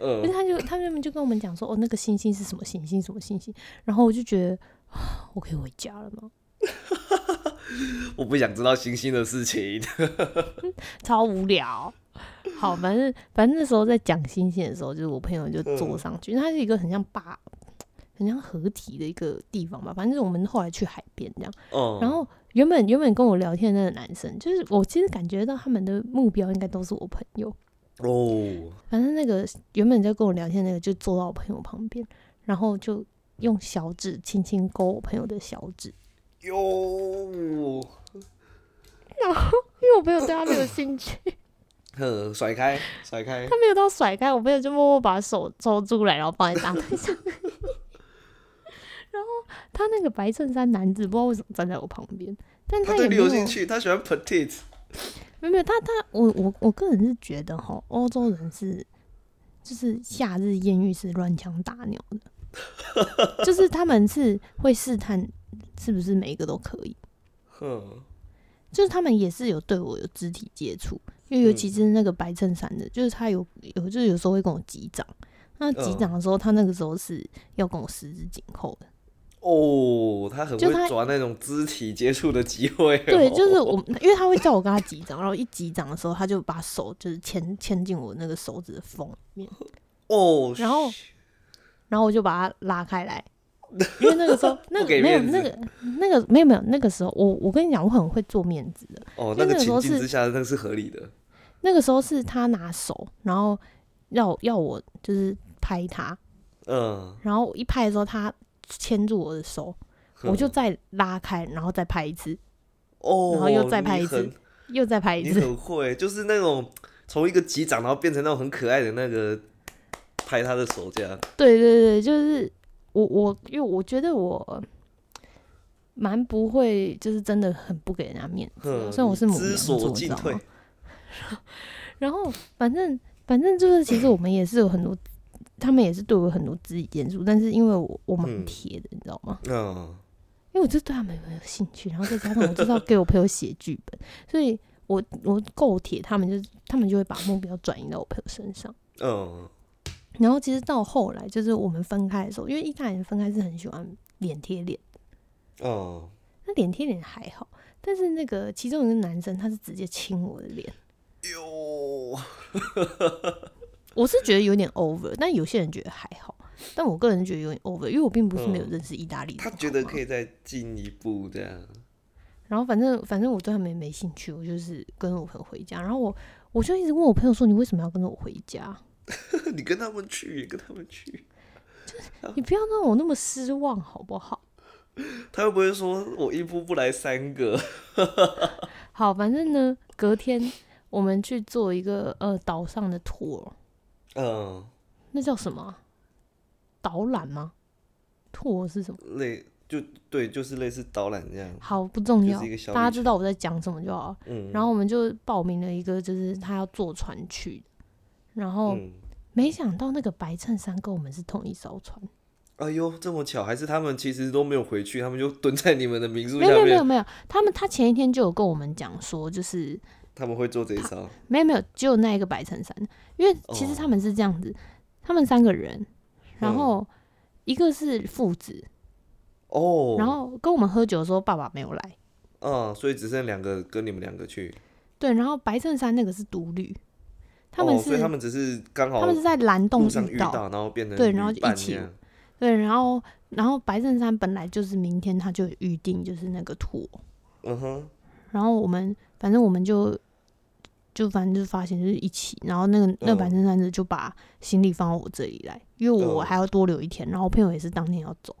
Speaker 1: 因为
Speaker 2: 嗯，
Speaker 1: 他就他们就跟我们讲说，哦，那个星星是什么星星，什么星星，然后我就觉得，啊我可以回家了吗？
Speaker 2: 我不想知道星星的事情。
Speaker 1: 超无聊。 好，反正反正那时候在讲星星的时候，就是我朋友就坐上去，因为它是一个很像坝，很像河堤的一个地方吧。反正就是我们后来去海边这样，
Speaker 2: 哦、
Speaker 1: 然后原本原本跟我聊天的那个男生，就是我其实感觉到他们的目标应该都是我朋友。
Speaker 2: 哦，
Speaker 1: 反正那个原本在跟我聊天那个就坐到我朋友旁边，然后就用小指轻轻勾我朋友的小指，
Speaker 2: 哟，
Speaker 1: 因为我朋友对他没有兴趣，
Speaker 2: 哼，甩开，甩开
Speaker 1: 他，没有到甩开，我朋友就默默把手抽出来，然后放在大腿上。 然后他那个白衬衫男子不知道为什么站在我旁边，但
Speaker 2: 他
Speaker 1: 也
Speaker 2: 对
Speaker 1: 没
Speaker 2: 你
Speaker 1: 有
Speaker 2: 有兴趣，他喜欢 petite。
Speaker 1: 没有没有他他我我我个人是觉得哈，欧洲人是就是夏日艳遇是乱枪打鸟的， 就是他们是会试探是不是每一个都可以，
Speaker 2: 哼，
Speaker 1: 就是他们也是有对我有肢体接触，因为尤
Speaker 2: 嗯
Speaker 1: 其是那个白衬衫的，就是他有有就是有时候会跟我击掌，那击
Speaker 2: 嗯
Speaker 1: 掌的时候，他那个时候是要跟我十指紧扣的，
Speaker 2: 哦，他很
Speaker 1: 就
Speaker 2: 会
Speaker 1: 他
Speaker 2: 抓那种肢体接触的机会、哦。
Speaker 1: 对，就是我，因为他会叫我跟他击掌，然后一击掌的时候，他就把手就是牵牵进我那个手指的缝里面，
Speaker 2: 哦，
Speaker 1: 然后然后我就把它拉开来，因为那个时 候那
Speaker 2: 不
Speaker 1: 个
Speaker 2: 给
Speaker 1: 没有
Speaker 2: 面子
Speaker 1: 那个那个没有没有那个时候我我跟你讲，我很会做面子的，
Speaker 2: 哦，
Speaker 1: 因为
Speaker 2: 那
Speaker 1: 那
Speaker 2: 个
Speaker 1: 个时
Speaker 2: 情
Speaker 1: 候
Speaker 2: 境
Speaker 1: 是
Speaker 2: 之下，那个是合理的。
Speaker 1: 那个时候是他拿手，然后要要我就是拍他，
Speaker 2: 嗯，
Speaker 1: 然后我一拍的时候，他牵住我的手，
Speaker 2: 哼
Speaker 1: 我就再拉开，然后再拍一次，
Speaker 2: 哦，
Speaker 1: 然后又再拍一
Speaker 2: 你
Speaker 1: 次
Speaker 2: 很
Speaker 1: 又再拍一
Speaker 2: 你
Speaker 1: 次，
Speaker 2: 很会，就是那种从一个击掌，然后变成那种很可爱的那个拍他的手这样。
Speaker 1: 对对对，就是我我因为我觉得我蛮不会，就是真的很不给人家面子的，
Speaker 2: 哼，
Speaker 1: 虽然我是母
Speaker 2: 知
Speaker 1: 羊
Speaker 2: 所
Speaker 1: 座，你知
Speaker 2: 进
Speaker 1: 道
Speaker 2: 退
Speaker 1: 吗？。然后反正反正就是，其实我们也是有很多，他们也是对我有很多肢体接触，但是因为我我蛮
Speaker 2: 嗯
Speaker 1: 铁的，你知道吗？
Speaker 2: 嗯，
Speaker 1: 因为我就对他们没有兴趣，然后再加上我知道给我朋友写剧本，所以我我够铁，他们就他们就会把目标转移到我朋友身上。
Speaker 2: 嗯，
Speaker 1: 然后其实到后来，就是我们分开的时候，因为一开始分开是很喜欢脸贴脸，
Speaker 2: 嗯，
Speaker 1: 那脸贴脸还好，但是那个其中一个男生他是直接亲我的脸，
Speaker 2: 哟，
Speaker 1: 我是觉得有点 over，但有些人觉得还好，但我个人觉得有点 over，因为我并不是没有
Speaker 2: 嗯
Speaker 1: 认识意大利人、
Speaker 2: 他觉得
Speaker 1: 好吗
Speaker 2: 可以再进一步这样。
Speaker 1: 然后反正反正我对他们也没兴趣，我就是跟我朋友回家。然后我我就一直问我朋友说：“你为什么要跟着我回家？
Speaker 2: 你跟他们去，也跟他们去，
Speaker 1: 你不要让我那么失望好不好
Speaker 2: 他会不会说我一步不来三个？？”
Speaker 1: 好，反正呢，隔天我们去做一个呃岛上的 tour，
Speaker 2: 嗯，
Speaker 1: 那叫什么啊导览吗？tour 是什么？
Speaker 2: 类就对，就是类似导览这样。
Speaker 1: 好，不重
Speaker 2: 就
Speaker 1: 要
Speaker 2: 是一个，小
Speaker 1: 大家
Speaker 2: 旅
Speaker 1: 知道我在讲什么就好了。
Speaker 2: 嗯，
Speaker 1: 然后我们就报名了一个，就是他要坐船去的，然后
Speaker 2: 嗯，
Speaker 1: 没想到那个白衬衫跟我们是同一艘船。
Speaker 2: 哎呦，这么巧，还是他们其实都没有回去，他们就蹲在你们的民宿
Speaker 1: 没有没
Speaker 2: 下
Speaker 1: 有没有
Speaker 2: 面，
Speaker 1: 没有，他们他前一天就有跟我们讲说，就是
Speaker 2: 他们会做这一招。
Speaker 1: 没有没有，只有那一个白衬衫，因为其实
Speaker 2: 哦
Speaker 1: 他们是这样子，他们三个
Speaker 2: 嗯
Speaker 1: 人，然后一个是父子，
Speaker 2: 哦，
Speaker 1: 然后跟我们喝酒的时候爸爸没有来，
Speaker 2: 嗯，所以只剩两个跟你们两个去。
Speaker 1: 对，然后白衬衫那个是独旅，他们
Speaker 2: 哦，所
Speaker 1: 是、
Speaker 2: 以他们只是刚好
Speaker 1: 他们是在蓝洞
Speaker 2: 路上
Speaker 1: 遇
Speaker 2: 遇
Speaker 1: 到，
Speaker 2: 到，然后变成
Speaker 1: 对然后
Speaker 2: 旅
Speaker 1: 就一
Speaker 2: 伴
Speaker 1: 起
Speaker 2: 这样
Speaker 1: 对，然后然后白衬衫本来就是明天他就有预定就是那个托，
Speaker 2: 嗯哼，
Speaker 1: 然后我们反正我们就就反正就发现就是一起，然后那个那个
Speaker 2: 嗯
Speaker 1: 板衬衫子就把行李放到我这里来，因为我
Speaker 2: 嗯
Speaker 1: 还要多留一天，然后我朋友也是当天要走，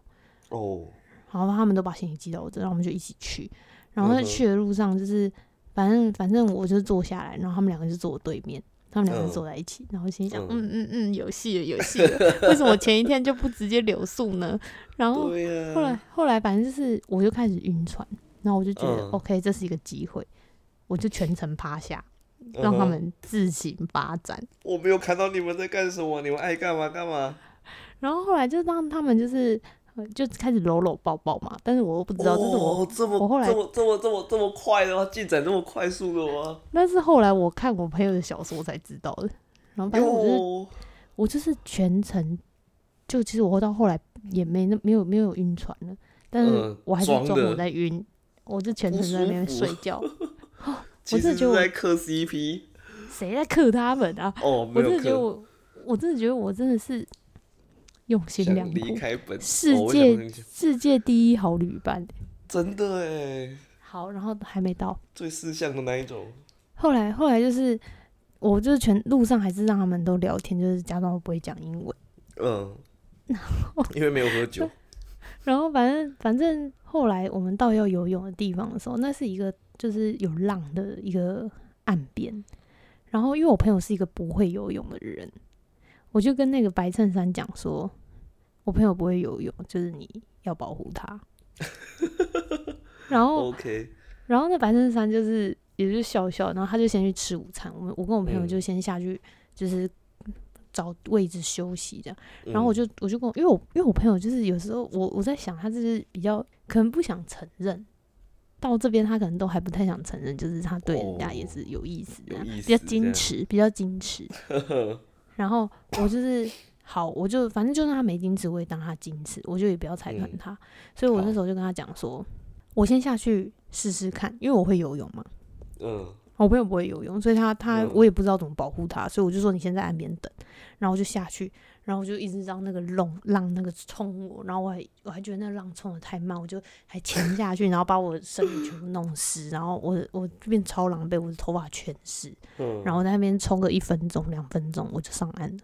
Speaker 2: 哦，
Speaker 1: 然后他们都把行李寄到我这，然后我们就一起去，然后
Speaker 2: 嗯
Speaker 1: 在
Speaker 2: 哼
Speaker 1: 去的路上就是反正反正我就坐下来，然后他们两个就坐我对面。他们两个
Speaker 2: 嗯
Speaker 1: 坐在一起，然后心想：
Speaker 2: 嗯
Speaker 1: 嗯嗯嗯，有戏了，有戏了。 为什么前一天就不直接留宿呢？然后
Speaker 2: 对呀、
Speaker 1: 后来后来反正就是我就开始晕船，然后我就觉得、
Speaker 2: 嗯
Speaker 1: OK，这是一个机会，我就全程趴下，
Speaker 2: 嗯哼
Speaker 1: 让他们自行发展。
Speaker 2: 我啊没有看到你们在干什么，你们爱干嘛干嘛。
Speaker 1: 然后后来就让他们就是呃就开始搂搂抱抱嘛。但是我又不知道，这是我
Speaker 2: 哦这么
Speaker 1: 我后来
Speaker 2: 这么这么这么这么快的吗？进展这么快速的吗？
Speaker 1: 那是后来我看我朋友的小说才知道的。然后反正我就是
Speaker 2: 哟，
Speaker 1: 我就是全程，就其实我到后来也没那没有没有晕船了，但是
Speaker 2: 嗯
Speaker 1: 我还是
Speaker 2: 装
Speaker 1: 装我
Speaker 2: 的
Speaker 1: 在晕，我就全程在那边
Speaker 2: 不舒服
Speaker 1: 睡觉。真
Speaker 2: 其实
Speaker 1: 的觉得
Speaker 2: 是
Speaker 1: 我
Speaker 2: 在磕 CP
Speaker 1: 谁在克他们啊？
Speaker 2: 哦，
Speaker 1: 我
Speaker 2: 没
Speaker 1: 真
Speaker 2: 有
Speaker 1: 的觉得
Speaker 2: 磕。
Speaker 1: 我，我真的觉得我真的是用心良
Speaker 2: 想
Speaker 1: 苦
Speaker 2: 离，开本
Speaker 1: 世
Speaker 2: 哦我
Speaker 1: 界
Speaker 2: 想跟你讲
Speaker 1: 世界第一好旅伴。欸
Speaker 2: 真的哎，
Speaker 1: 好，然后还没到，
Speaker 2: 最识相的那一种。
Speaker 1: 后来后来就是我就是全路上还是让他们都聊天，就是假装我不会讲英文。
Speaker 2: 嗯，因为没有喝酒，
Speaker 1: 然后反正反正后来我们到要游泳的地方的时候，那是一个就是有浪的一个岸边。然后因为我朋友是一个不会游泳的人，我就跟那个白衬衫讲说，我朋友不会游泳，就是你要保护他。然后
Speaker 2: OK，
Speaker 1: 然后那白衬衫就是也就笑笑，然后他就先去吃午餐，我们我跟我朋友
Speaker 2: 嗯
Speaker 1: 就先下去就是找位置休息这样。
Speaker 2: 嗯
Speaker 1: 然后我就我就跟我，因为我因为我朋友就是有时候我我在想，他就是比较可能不想承认，到这边他可能都还不太想承认，就是他对人家也
Speaker 2: 哦
Speaker 1: 是有意思的，
Speaker 2: 有意
Speaker 1: 比较
Speaker 2: 思这
Speaker 1: 矜
Speaker 2: 样
Speaker 1: 持，比较矜 持。然后我就是好，我就反正就算他没矜持，我也当他矜持，我就也不要踩穿
Speaker 2: 嗯
Speaker 1: 他。所以我那
Speaker 2: 好
Speaker 1: 时候就跟他讲说，我先下去试试看，因为我会游泳嘛。
Speaker 2: 嗯，
Speaker 1: 哦我朋友不会游泳，所以他他
Speaker 2: 嗯
Speaker 1: 我也不知道怎么保护他，所以我就说你先在岸边等，然后我就下去，然后我就一直让那个浪浪那个冲我，然后我还我还觉得那浪冲的太慢，我就还潜下去，然后把我身体全部弄湿，然后我我就变超狼狈，我的头发全是，
Speaker 2: 嗯
Speaker 1: 然后在那边冲个一分钟两分钟我就上岸了，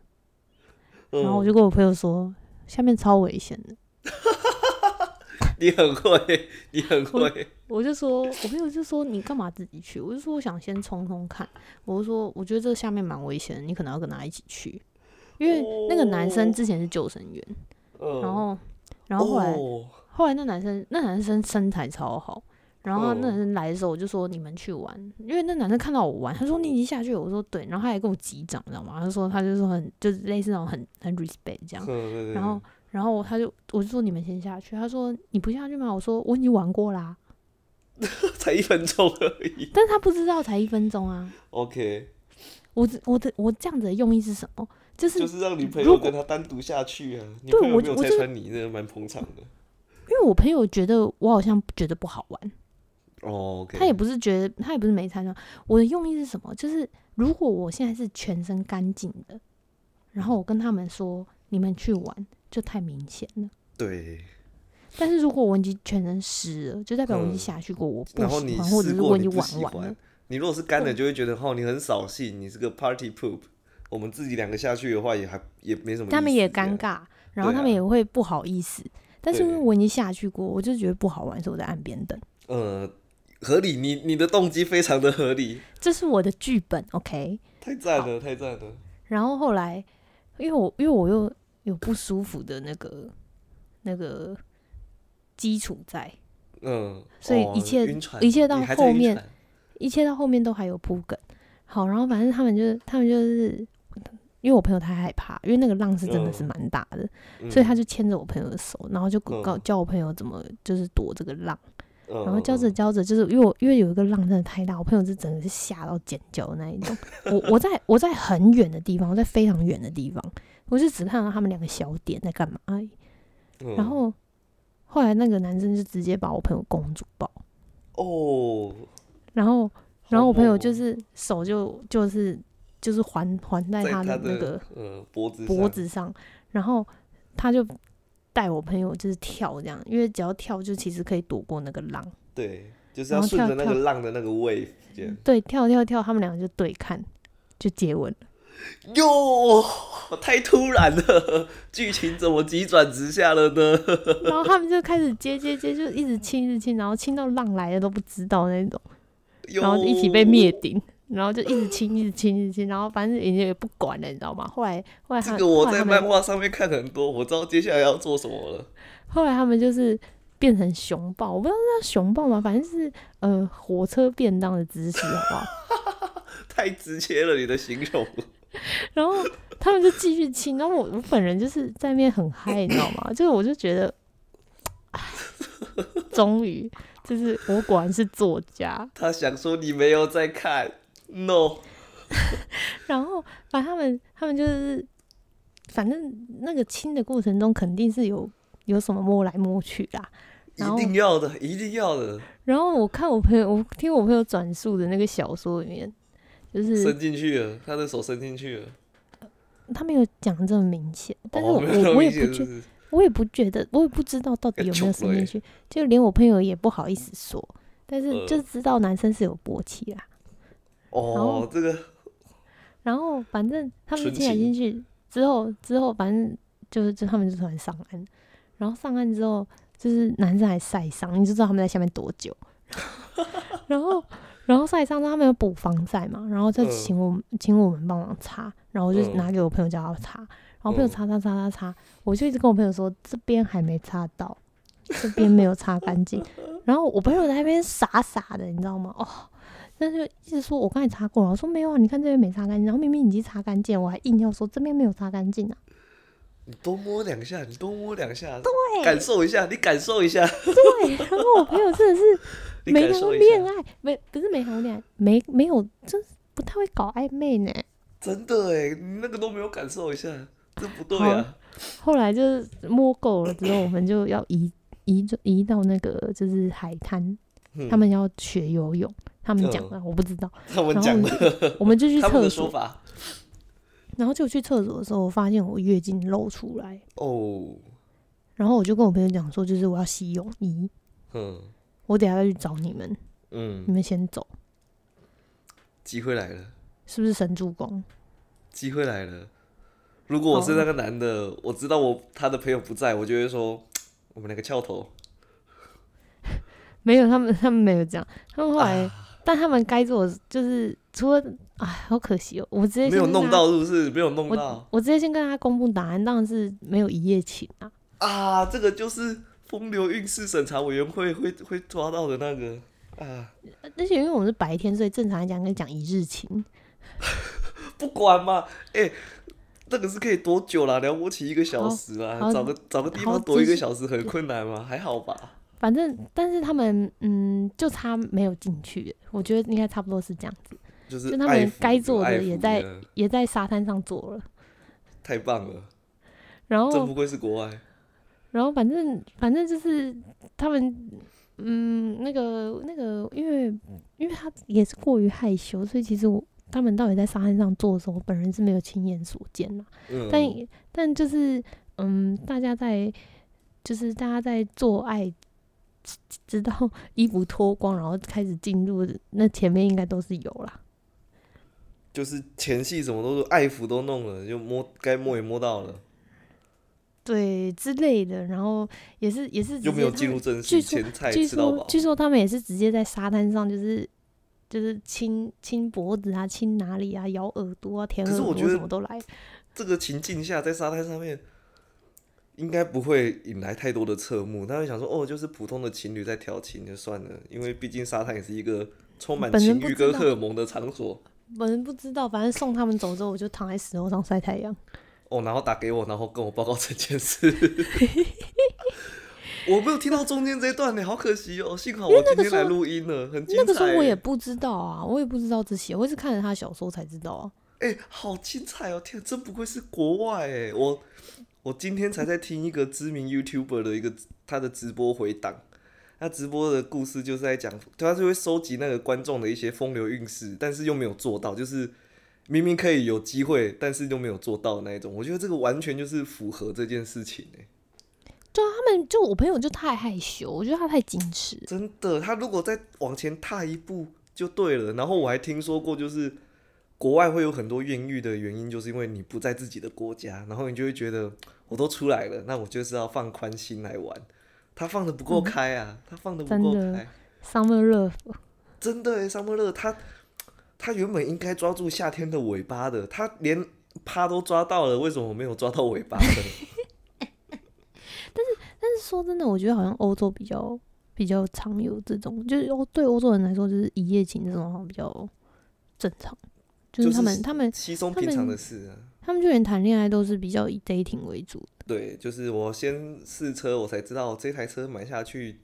Speaker 2: 嗯
Speaker 1: 然后我就跟我朋友说下面超危险的，
Speaker 2: 你很会，你很会，
Speaker 1: 我就说，我朋友就说你干嘛自己去？我就说我想先冲冲看。我就说我觉得这下面蛮危险的，你可能要跟他一起去，因为那个男生之前是救生员，
Speaker 2: 嗯，
Speaker 1: 然后然后后来、
Speaker 2: 哦
Speaker 1: 后来那男生那男生身材超好，然后
Speaker 2: 嗯
Speaker 1: 那男生来的时候我就说你们去玩，因为那男生看到我玩，他说你已经下去了，我说对，然后他还跟我击掌，你知道吗？他说他就说很就是类似那种很很 respect 这样
Speaker 2: 嗯，对对对
Speaker 1: 然后然后他就我就说你们先下去，他说你不下去吗？我说我已经玩过啦、
Speaker 2: 才一分钟而已
Speaker 1: 但是他不知道才一分钟啊！
Speaker 2: ，OK，
Speaker 1: 我只我的我这样子的用意是什么？就是
Speaker 2: 就
Speaker 1: 因
Speaker 2: 是让你朋
Speaker 1: 如
Speaker 2: 友
Speaker 1: 果
Speaker 2: 跟他单独下去啊，你
Speaker 1: 对
Speaker 2: 朋友
Speaker 1: 我
Speaker 2: 没有
Speaker 1: 我
Speaker 2: 拆
Speaker 1: 就
Speaker 2: 穿你，那个蛮捧场的，
Speaker 1: 为我朋友觉得我好像觉得不好玩，
Speaker 2: 哦，OK，
Speaker 1: 他也不是觉得他也不是没参加。我的用意是什么？就是如果我现在是全身干净的，然后我跟他们说你们去玩，就太明显了。
Speaker 2: 对，
Speaker 1: 但是如果我已经全身湿了，就代表我已经
Speaker 2: 嗯
Speaker 1: 下去过，我不
Speaker 2: 然后
Speaker 1: 喜
Speaker 2: 你
Speaker 1: 欢，或者
Speaker 2: 试
Speaker 1: 是
Speaker 2: 过
Speaker 1: 我已
Speaker 2: 你
Speaker 1: 经
Speaker 2: 不喜
Speaker 1: 玩完了
Speaker 2: 欢，。你如果是干的，
Speaker 1: 对
Speaker 2: 就会觉得哦，你很扫兴，你是个 party poop。我们自己两个下去的话，也还也没什么意思这样。
Speaker 1: 他们也尴尬，然后
Speaker 2: 对
Speaker 1: 他
Speaker 2: 啊
Speaker 1: 们也会不好意思。但是因为
Speaker 2: 对
Speaker 1: 我已经下去过，我就觉得不好玩，所以我在岸边等。
Speaker 2: 呃，合理，你你的动机非常的合理，
Speaker 1: 这是我的剧本，OK。
Speaker 2: 太赞了，太赞了。
Speaker 1: 然后后来，因为我因为我又有不舒服的那个那个基础在，
Speaker 2: 嗯，
Speaker 1: 所以
Speaker 2: 哦
Speaker 1: 一切
Speaker 2: 晕船
Speaker 1: 一切
Speaker 2: 你
Speaker 1: 到
Speaker 2: 还在
Speaker 1: 后
Speaker 2: 晕
Speaker 1: 面
Speaker 2: 船
Speaker 1: 一切到后面都还有铺梗。好，然后反正他们就是他们就是，因为我朋友太害怕，因为那个浪是真的是
Speaker 2: 嗯
Speaker 1: 蛮大的，所以他
Speaker 2: 嗯
Speaker 1: 就牵着我朋友的手，然后就
Speaker 2: 嗯
Speaker 1: 告教我朋友怎么就是躲这个浪。
Speaker 2: 嗯
Speaker 1: 然后教着
Speaker 2: 嗯
Speaker 1: 教着，就是因为我因为有一个浪真的太大，我朋友是整个是吓到尖叫的那一种。我我在我在很远的地方，我在非常远的地方，我就只看到他们两个小点在干嘛哎而已。
Speaker 2: 嗯
Speaker 1: 然后后来那个男生就直接把我朋友公主抱，
Speaker 2: 哦，
Speaker 1: 然后然
Speaker 2: 好
Speaker 1: 后我朋友
Speaker 2: 猛
Speaker 1: 就
Speaker 2: 哦
Speaker 1: 是手就就是就是环环在
Speaker 2: 在
Speaker 1: 他
Speaker 2: 他
Speaker 1: 的那个
Speaker 2: 呃脖子
Speaker 1: 脖
Speaker 2: 上
Speaker 1: 子上，然后他就带我朋友就是跳这样，因为只要跳就其实可以躲过那个浪。
Speaker 2: 对，就是
Speaker 1: 然
Speaker 2: 要
Speaker 1: 后
Speaker 2: 顺
Speaker 1: 跳
Speaker 2: 着那
Speaker 1: 跳
Speaker 2: 个浪的那个 wave 这样。
Speaker 1: 对，跳跳跳，他们两个就对看，就接吻了。
Speaker 2: 哟，太突然了，剧情怎么急转直下了 呢？
Speaker 1: 然后他们就开始接接接，就一直亲一直亲，然后亲到浪来了都不知道那种，
Speaker 2: 哟
Speaker 1: 然后一起被灭。顶，然后就一直亲一直亲一直亲，然后反正也也不管了，你知道吗？后来后来他们
Speaker 2: 这个我
Speaker 1: 后来他
Speaker 2: 在漫
Speaker 1: 们
Speaker 2: 画上面看很多，我知道接下来要做什么了。
Speaker 1: 后来他们就是变成熊抱，我不知道是叫熊抱吗？反正就是呃火车便当的姿势，好不 好？
Speaker 2: 太直接了，你的形容。
Speaker 1: 然 后他们就继续亲，然后我我本人就是在那边很嗨，你知道吗？就是我就觉得终于，就是我果然是作家。
Speaker 2: 他想说你没有在看，no，
Speaker 1: 然后，反正他们他们就是，反正那个亲的过程中肯定是有有什么摸来摸去啦。
Speaker 2: 一
Speaker 1: 然后
Speaker 2: 定要的，一定要的，
Speaker 1: 然后我看我朋友，我听我朋友转述的那个小说里面，就是
Speaker 2: 伸进去了，他的手伸进去了。
Speaker 1: 他没有讲得这么明显，但是
Speaker 2: 哦
Speaker 1: 我、
Speaker 2: 没有那
Speaker 1: 我
Speaker 2: 么
Speaker 1: 我也
Speaker 2: 明
Speaker 1: 不
Speaker 2: 显
Speaker 1: 觉
Speaker 2: 是不是
Speaker 1: 我也不觉得，我也不知道到底有没有伸进去，就连我朋友也不好意思说，但是
Speaker 2: 呃
Speaker 1: 就知道男生是有勃起啦。
Speaker 2: 哦
Speaker 1: 后，
Speaker 2: 这个
Speaker 1: 然后反正他们
Speaker 2: 纯
Speaker 1: 进来
Speaker 2: 情
Speaker 1: 进去之后，之后反正就是就他们就突然上岸，然后上岸之后就是男生还晒伤，你就知道他们在下面多 久。然后然后晒伤之后，他们有补防晒嘛，然后就
Speaker 2: 嗯
Speaker 1: 请我们、请我们帮忙擦，然后我就
Speaker 2: 嗯
Speaker 1: 拿给我朋友叫他擦，然后我朋友
Speaker 2: 嗯
Speaker 1: 擦擦擦擦擦，我就一直跟我朋友说这边还没擦到。这边没有擦干净，然后我朋友在那边傻傻的，你知道吗？哦，但是一直说我刚才擦过了，我说没有啊，你看这边没擦干净，然后明明已经擦干净，我还硬要说这边没有擦干净啊。
Speaker 2: 你多摸两下，你多摸两下，对感受一下，你感受一下，
Speaker 1: 对，然后我朋友真的是
Speaker 2: 你
Speaker 1: 没
Speaker 2: 感
Speaker 1: 谈过
Speaker 2: 受一
Speaker 1: 恋
Speaker 2: 下，
Speaker 1: 爱，没不是没谈过恋爱，没没有，真是不太会搞暧昧呢。
Speaker 2: 真的哎，你那个都没有感受一下，这不对
Speaker 1: 好
Speaker 2: 啊。
Speaker 1: 后来就是摸够了之后，我们就要移移移到那个就是海滩，
Speaker 2: 嗯
Speaker 1: 他们要学游泳，他们讲
Speaker 2: 嗯
Speaker 1: 啊，我不知道，
Speaker 2: 他们
Speaker 1: 然后
Speaker 2: 讲
Speaker 1: 我
Speaker 2: 的，
Speaker 1: 我们就去
Speaker 2: 他们
Speaker 1: 厕
Speaker 2: 的说
Speaker 1: 所，
Speaker 2: 法
Speaker 1: 然后就去厕所的时候，我发现我月经漏出来，
Speaker 2: 哦，
Speaker 1: 然后我就跟我朋友讲说，就是我要洗泳衣，
Speaker 2: 嗯
Speaker 1: 我等一下再去找你们，你
Speaker 2: 嗯，
Speaker 1: 们先走。
Speaker 2: 机会来了，
Speaker 1: 是不是神助攻？
Speaker 2: 机会来了。如果我是那个男的，我知道我他的朋友不在，我就会说我们两个翘头。
Speaker 1: 没有，他们 他们没有这样，他们后来，
Speaker 2: 啊
Speaker 1: 但他们该做的就是除了，哎，好可惜哦，我直接先
Speaker 2: 没有
Speaker 1: 跟大
Speaker 2: 弄
Speaker 1: 家，
Speaker 2: 到，是不是？没有弄到
Speaker 1: 我直接先跟大家公布答案，当然是没有一夜情啊，
Speaker 2: 啊！这个就是风流韵事审查委员会会会抓到的那个啊，
Speaker 1: 而且因为我们是白天，所以正常来讲应该讲一日情，
Speaker 2: 不管嘛，哎、那个是可以多久啦？了不起一个小时啊
Speaker 1: 好，
Speaker 2: 找个找个地
Speaker 1: 好
Speaker 2: 方躲一
Speaker 1: 继
Speaker 2: 个
Speaker 1: 续
Speaker 2: 小时很困难吗？还好吧？
Speaker 1: 反正但是他们嗯，就差没有进去，我觉得应该差不多是这样子，
Speaker 2: 就是
Speaker 1: 就他们
Speaker 2: 爱抚
Speaker 1: 该做的
Speaker 2: 爱抚
Speaker 1: 也在
Speaker 2: 的
Speaker 1: 也在沙滩上做了，
Speaker 2: 太棒了，
Speaker 1: 然
Speaker 2: 真
Speaker 1: 后
Speaker 2: 不愧是国外。
Speaker 1: 然后反正反正就是他们。嗯，那个那个，因为因为他也是过于害羞，所以其实我他们到底在沙滩上做的时候，我本人是没有亲眼所见啦。
Speaker 2: 嗯，
Speaker 1: 但但就是嗯，大家在就是大家在做爱，直直到衣服脱光，然后开始进入那前面应该都是有啦。
Speaker 2: 就是前戏什么都爱抚都弄了，就摸该摸也摸到了，
Speaker 1: 对之类的，然后也是也是直
Speaker 2: 就没有
Speaker 1: 接他
Speaker 2: 进
Speaker 1: 们
Speaker 2: 入正
Speaker 1: 据
Speaker 2: 戏，
Speaker 1: 说
Speaker 2: 前菜
Speaker 1: 据
Speaker 2: 吃到
Speaker 1: 说
Speaker 2: 饱。
Speaker 1: 据说他们也是直接在沙滩上，就是就是亲亲脖子啊，亲哪里啊，咬耳朵啊，舔
Speaker 2: 可是
Speaker 1: 耳
Speaker 2: 我
Speaker 1: 朵
Speaker 2: 觉得
Speaker 1: 什么都来。
Speaker 2: 这个情境下，在沙滩上面，应该不会引来太多的侧目。他会想说，哦，就是普通的情侣在调情就算了，因为毕竟沙滩也是一个充满
Speaker 1: 本人
Speaker 2: 情
Speaker 1: 不
Speaker 2: 欲
Speaker 1: 知
Speaker 2: 跟
Speaker 1: 道
Speaker 2: 荷尔蒙的场所。
Speaker 1: 我们不知道，反正送他们走之后，我就躺在石头上晒太阳。
Speaker 2: 哦，然后打给我，然后跟我报告这件 事。我没有听到中间这一段呢，好可惜哦。幸好我今天来录音了，很精彩
Speaker 1: 那
Speaker 2: 耶。
Speaker 1: 个时候我也不知道啊，我也不知道这些，我也是看了他小说才知道啊。
Speaker 2: 哎、好精彩哦！天啊，真不愧是国外哎！我我今天才在听一个知名 YouTuber 的一个他的直播回档，他直播的故事就是在讲，他就会收集那个观众的一些风流韵事，但是又没有做到，就是明明可以有机会，但是又没有做到的那一种。我觉得这个完全就是符合这件事情哎，
Speaker 1: 对啊，他们就我朋友就太害羞，我觉得他太矜持了。
Speaker 2: 真的。他如果再往前踏一步就对了。然后我还听说过，就是国外会有很多艳遇的原因，就是因为你不在自己的国家，然后你就会觉得我都出来了，那我就是要放宽心来玩。他放的不够开啊，他放的不够
Speaker 1: 嗯真的
Speaker 2: 开，
Speaker 1: Summer Love，
Speaker 2: 真的耶，沙漠乐他他原本应该抓住夏天的尾巴的，他连趴都抓到了，为什么没有抓到尾巴 呢？
Speaker 1: 但是说真的，我觉得好像欧洲比较比较常有这种，就是欧对欧洲人来说，就是一夜情这种好像比较正常，就是
Speaker 2: 就是
Speaker 1: 他们、他们
Speaker 2: 稀松
Speaker 1: 他
Speaker 2: 平常
Speaker 1: 们
Speaker 2: 的事啊。
Speaker 1: 他们就连谈恋爱都是比较以 dating 为主的。
Speaker 2: 对，就是我先试车，我才知道这台车买下去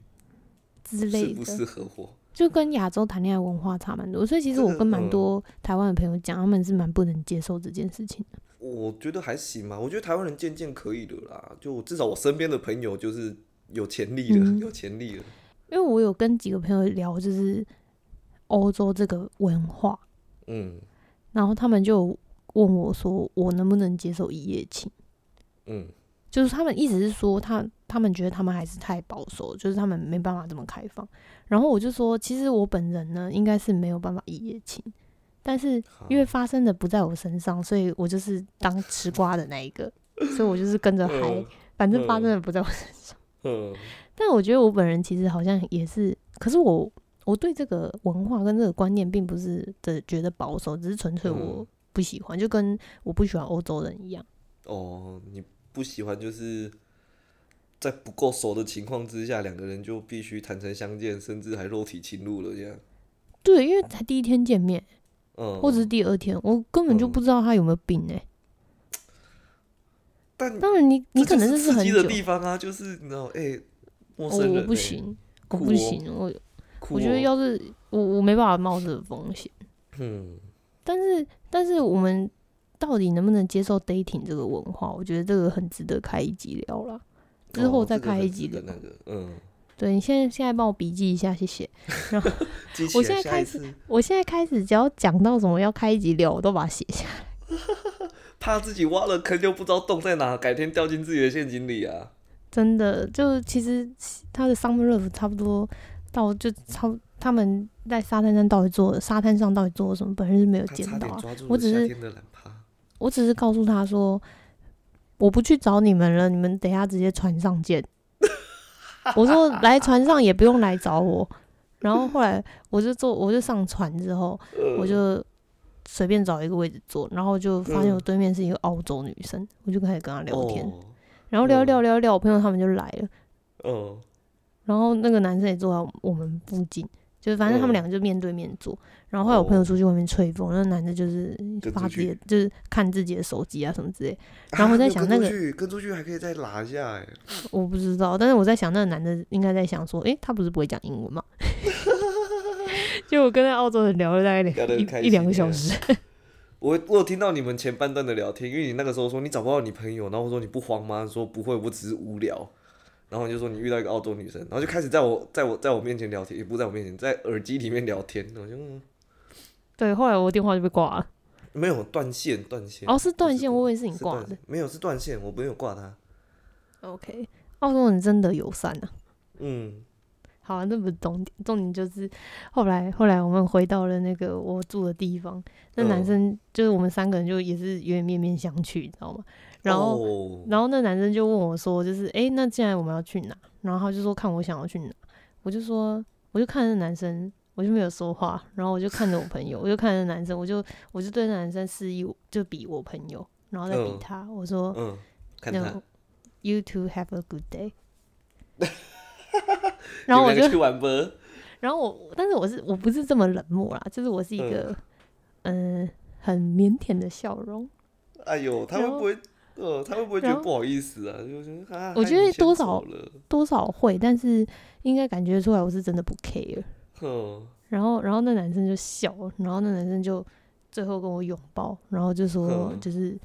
Speaker 1: 之类
Speaker 2: 适
Speaker 1: 的，
Speaker 2: 不适合我？
Speaker 1: 就跟亚洲谈恋爱文化差蛮多。所以其实我
Speaker 2: 真的
Speaker 1: 跟蛮
Speaker 2: 嗯
Speaker 1: 多台湾的朋友讲，他们是蛮不能接受这件事情的。
Speaker 2: 我觉得还行吧，我觉得台湾人渐渐可以的啦。就至少我身边的朋友就是有潜力的，
Speaker 1: 嗯
Speaker 2: 有潜力的。
Speaker 1: 因为我有跟几个朋友聊，就是欧洲这个文化，
Speaker 2: 嗯
Speaker 1: 然后他们就有问我说，我能不能接受一夜情？
Speaker 2: 嗯
Speaker 1: 就是他们一直是说他他们觉得他们还是太保守，就是他们没办法这么开放。然后我就说，其实我本人呢，应该是没有办法一夜情，但是
Speaker 2: 好
Speaker 1: 因为发生的不在我身上，所以我就是当吃瓜的那一个，所以我就是跟着嗨
Speaker 2: 嗯，
Speaker 1: 反正发生的不在我身上。
Speaker 2: 嗯
Speaker 1: 但我觉得我本人其实好像也是，可是我我对这个文化跟这个观念并不是的觉得保守，只是纯粹我
Speaker 2: 嗯
Speaker 1: 不喜欢，就跟我不喜欢欧洲人一样。
Speaker 2: 哦，你不喜欢就是在不够熟的情况之下，两个人就必须坦诚相见，甚至还肉体侵入了这样。
Speaker 1: 对，因为才第一天见面，
Speaker 2: 嗯，
Speaker 1: 或者是第二天，我根本就不知道他有没有病哎、
Speaker 2: 但
Speaker 1: 当然你，你
Speaker 2: 这
Speaker 1: 可
Speaker 2: 就
Speaker 1: 能
Speaker 2: 是
Speaker 1: 认识
Speaker 2: 刺
Speaker 1: 很
Speaker 2: 激
Speaker 1: 久，
Speaker 2: 的地方啊，就是你知道，哎、陌
Speaker 1: 哦
Speaker 2: 生人、
Speaker 1: 我不
Speaker 2: 哎，
Speaker 1: 行，我
Speaker 2: 酷
Speaker 1: 不
Speaker 2: 哦
Speaker 1: 行，我
Speaker 2: 酷
Speaker 1: 我觉得
Speaker 2: 哦
Speaker 1: 要是我我没办法冒这个风险。
Speaker 2: 嗯
Speaker 1: 但是，但是我们到底能不能接受 dating 这个文化？我觉得这个很值得开一集聊啦。之后
Speaker 2: 哦
Speaker 1: 再
Speaker 2: 这个
Speaker 1: 开
Speaker 2: 很
Speaker 1: 一
Speaker 2: 值
Speaker 1: 集
Speaker 2: 得
Speaker 1: 聊
Speaker 2: 那个，嗯，
Speaker 1: 对你现在现在帮我笔记一下，谢谢。
Speaker 2: 记起
Speaker 1: 我
Speaker 2: 来
Speaker 1: 现在
Speaker 2: 下
Speaker 1: 开
Speaker 2: 一
Speaker 1: 始
Speaker 2: 次
Speaker 1: 我现在开始，只要讲到什么要开一集聊，我都把它写下。
Speaker 2: 怕自己挖了坑就不知道洞在哪，改天掉进自己的陷阱里啊。
Speaker 1: 真的，就其实他的 summer love 差不多到就超他们在沙滩上到底做沙滩上到底做了什么，本人是没有
Speaker 2: 他
Speaker 1: 见
Speaker 2: 差
Speaker 1: 到
Speaker 2: 点
Speaker 1: 啊、
Speaker 2: 抓住
Speaker 1: 我
Speaker 2: 了
Speaker 1: 只
Speaker 2: 夏
Speaker 1: 是
Speaker 2: 天的懒趴。
Speaker 1: 我只是告诉他说，我不去找你们了，你们等一下直接船上见。 我说来船上也不用来找我。然后后来我就坐，我就上船之后，我
Speaker 2: 嗯
Speaker 1: 就随便找一个位置坐，然后就发现我
Speaker 2: 嗯
Speaker 1: 对面是一个澳洲女生，我就开始跟她聊天，
Speaker 2: 哦
Speaker 1: 然后聊一
Speaker 2: 嗯
Speaker 1: 聊聊一聊，我朋友他们就来了。
Speaker 2: 哦，
Speaker 1: 然后那个男生也坐在我们附近，就是反正他们
Speaker 2: 嗯
Speaker 1: 两个就面对面坐。然后后来我朋友出去外面吹风，那个男的就是
Speaker 2: 跟
Speaker 1: 发
Speaker 2: 出
Speaker 1: 自己
Speaker 2: 去
Speaker 1: 的，就是看自己的手机啊什么之类。然后我在
Speaker 2: 啊
Speaker 1: 想
Speaker 2: 没有
Speaker 1: 那个
Speaker 2: 跟出去跟出去还可以再拉一下哎，
Speaker 1: 我不知道，但是我在想那个男的应该在想说，诶、他不是不会讲英文吗？ 就我跟那澳洲人聊了大概
Speaker 2: 聊得
Speaker 1: 两
Speaker 2: 很开
Speaker 1: 一
Speaker 2: 心
Speaker 1: 一两个小时，
Speaker 2: 我我有听到你们前半段的聊天，因为你那个时候说你找不到你朋友，然后我说你不慌吗？说不会，我只是无聊。然后你就说你遇到一个澳洲女生，然后就开始在我在我在我面前聊天，也不在我面前，在耳机里面聊天，我就、嗯
Speaker 1: 对，后来我电话就被挂了。
Speaker 2: 没有断线断线。
Speaker 1: 哦，是断
Speaker 2: 是
Speaker 1: 线，
Speaker 2: 挂
Speaker 1: 我以为是你
Speaker 2: 是
Speaker 1: 挂
Speaker 2: 断
Speaker 1: 的
Speaker 2: 线。没有是断线，我没有挂它。
Speaker 1: OK，澳洲人真的友善啊。
Speaker 2: 嗯，
Speaker 1: 好、啊，那不是重点，重点就是后来后来我们回到了那个我住的地方，那男
Speaker 2: 嗯
Speaker 1: 生、就是我们三个人就也是有点面面相觑，你知道吗？然后、
Speaker 2: 哦、
Speaker 1: 然后那男生就问我说，就是诶，那既然我们要去哪？然后他就说看我想要去哪，我就说我就看那男生，我就没有说话，然后我就看着我朋友，我就看着男生，我就我就对那男生示意我，就比我朋友，然后再比
Speaker 2: 嗯
Speaker 1: 他，我说
Speaker 2: 嗯，看他，
Speaker 1: No, you two have a good day 。然后我就
Speaker 2: 你们两个去玩吧。
Speaker 1: 然后我，但是我是我不是这么冷漠啦，就是我是一个嗯、呃很腼�腆的笑容。
Speaker 2: 哎呦，他会
Speaker 1: 然后
Speaker 2: 不会呃，他会不会觉
Speaker 1: 然
Speaker 2: 得
Speaker 1: 后
Speaker 2: 不好意思啊？就觉得啊，
Speaker 1: 我
Speaker 2: 害
Speaker 1: 觉得
Speaker 2: 你先
Speaker 1: 多
Speaker 2: 走
Speaker 1: 少
Speaker 2: 了，
Speaker 1: 多少会，但是应该感觉出来我是真的不 care。
Speaker 2: 哼，
Speaker 1: 然后，然后那男生就笑，然后那男生就最后跟我拥抱，然后就说
Speaker 2: 嗯
Speaker 1: 就是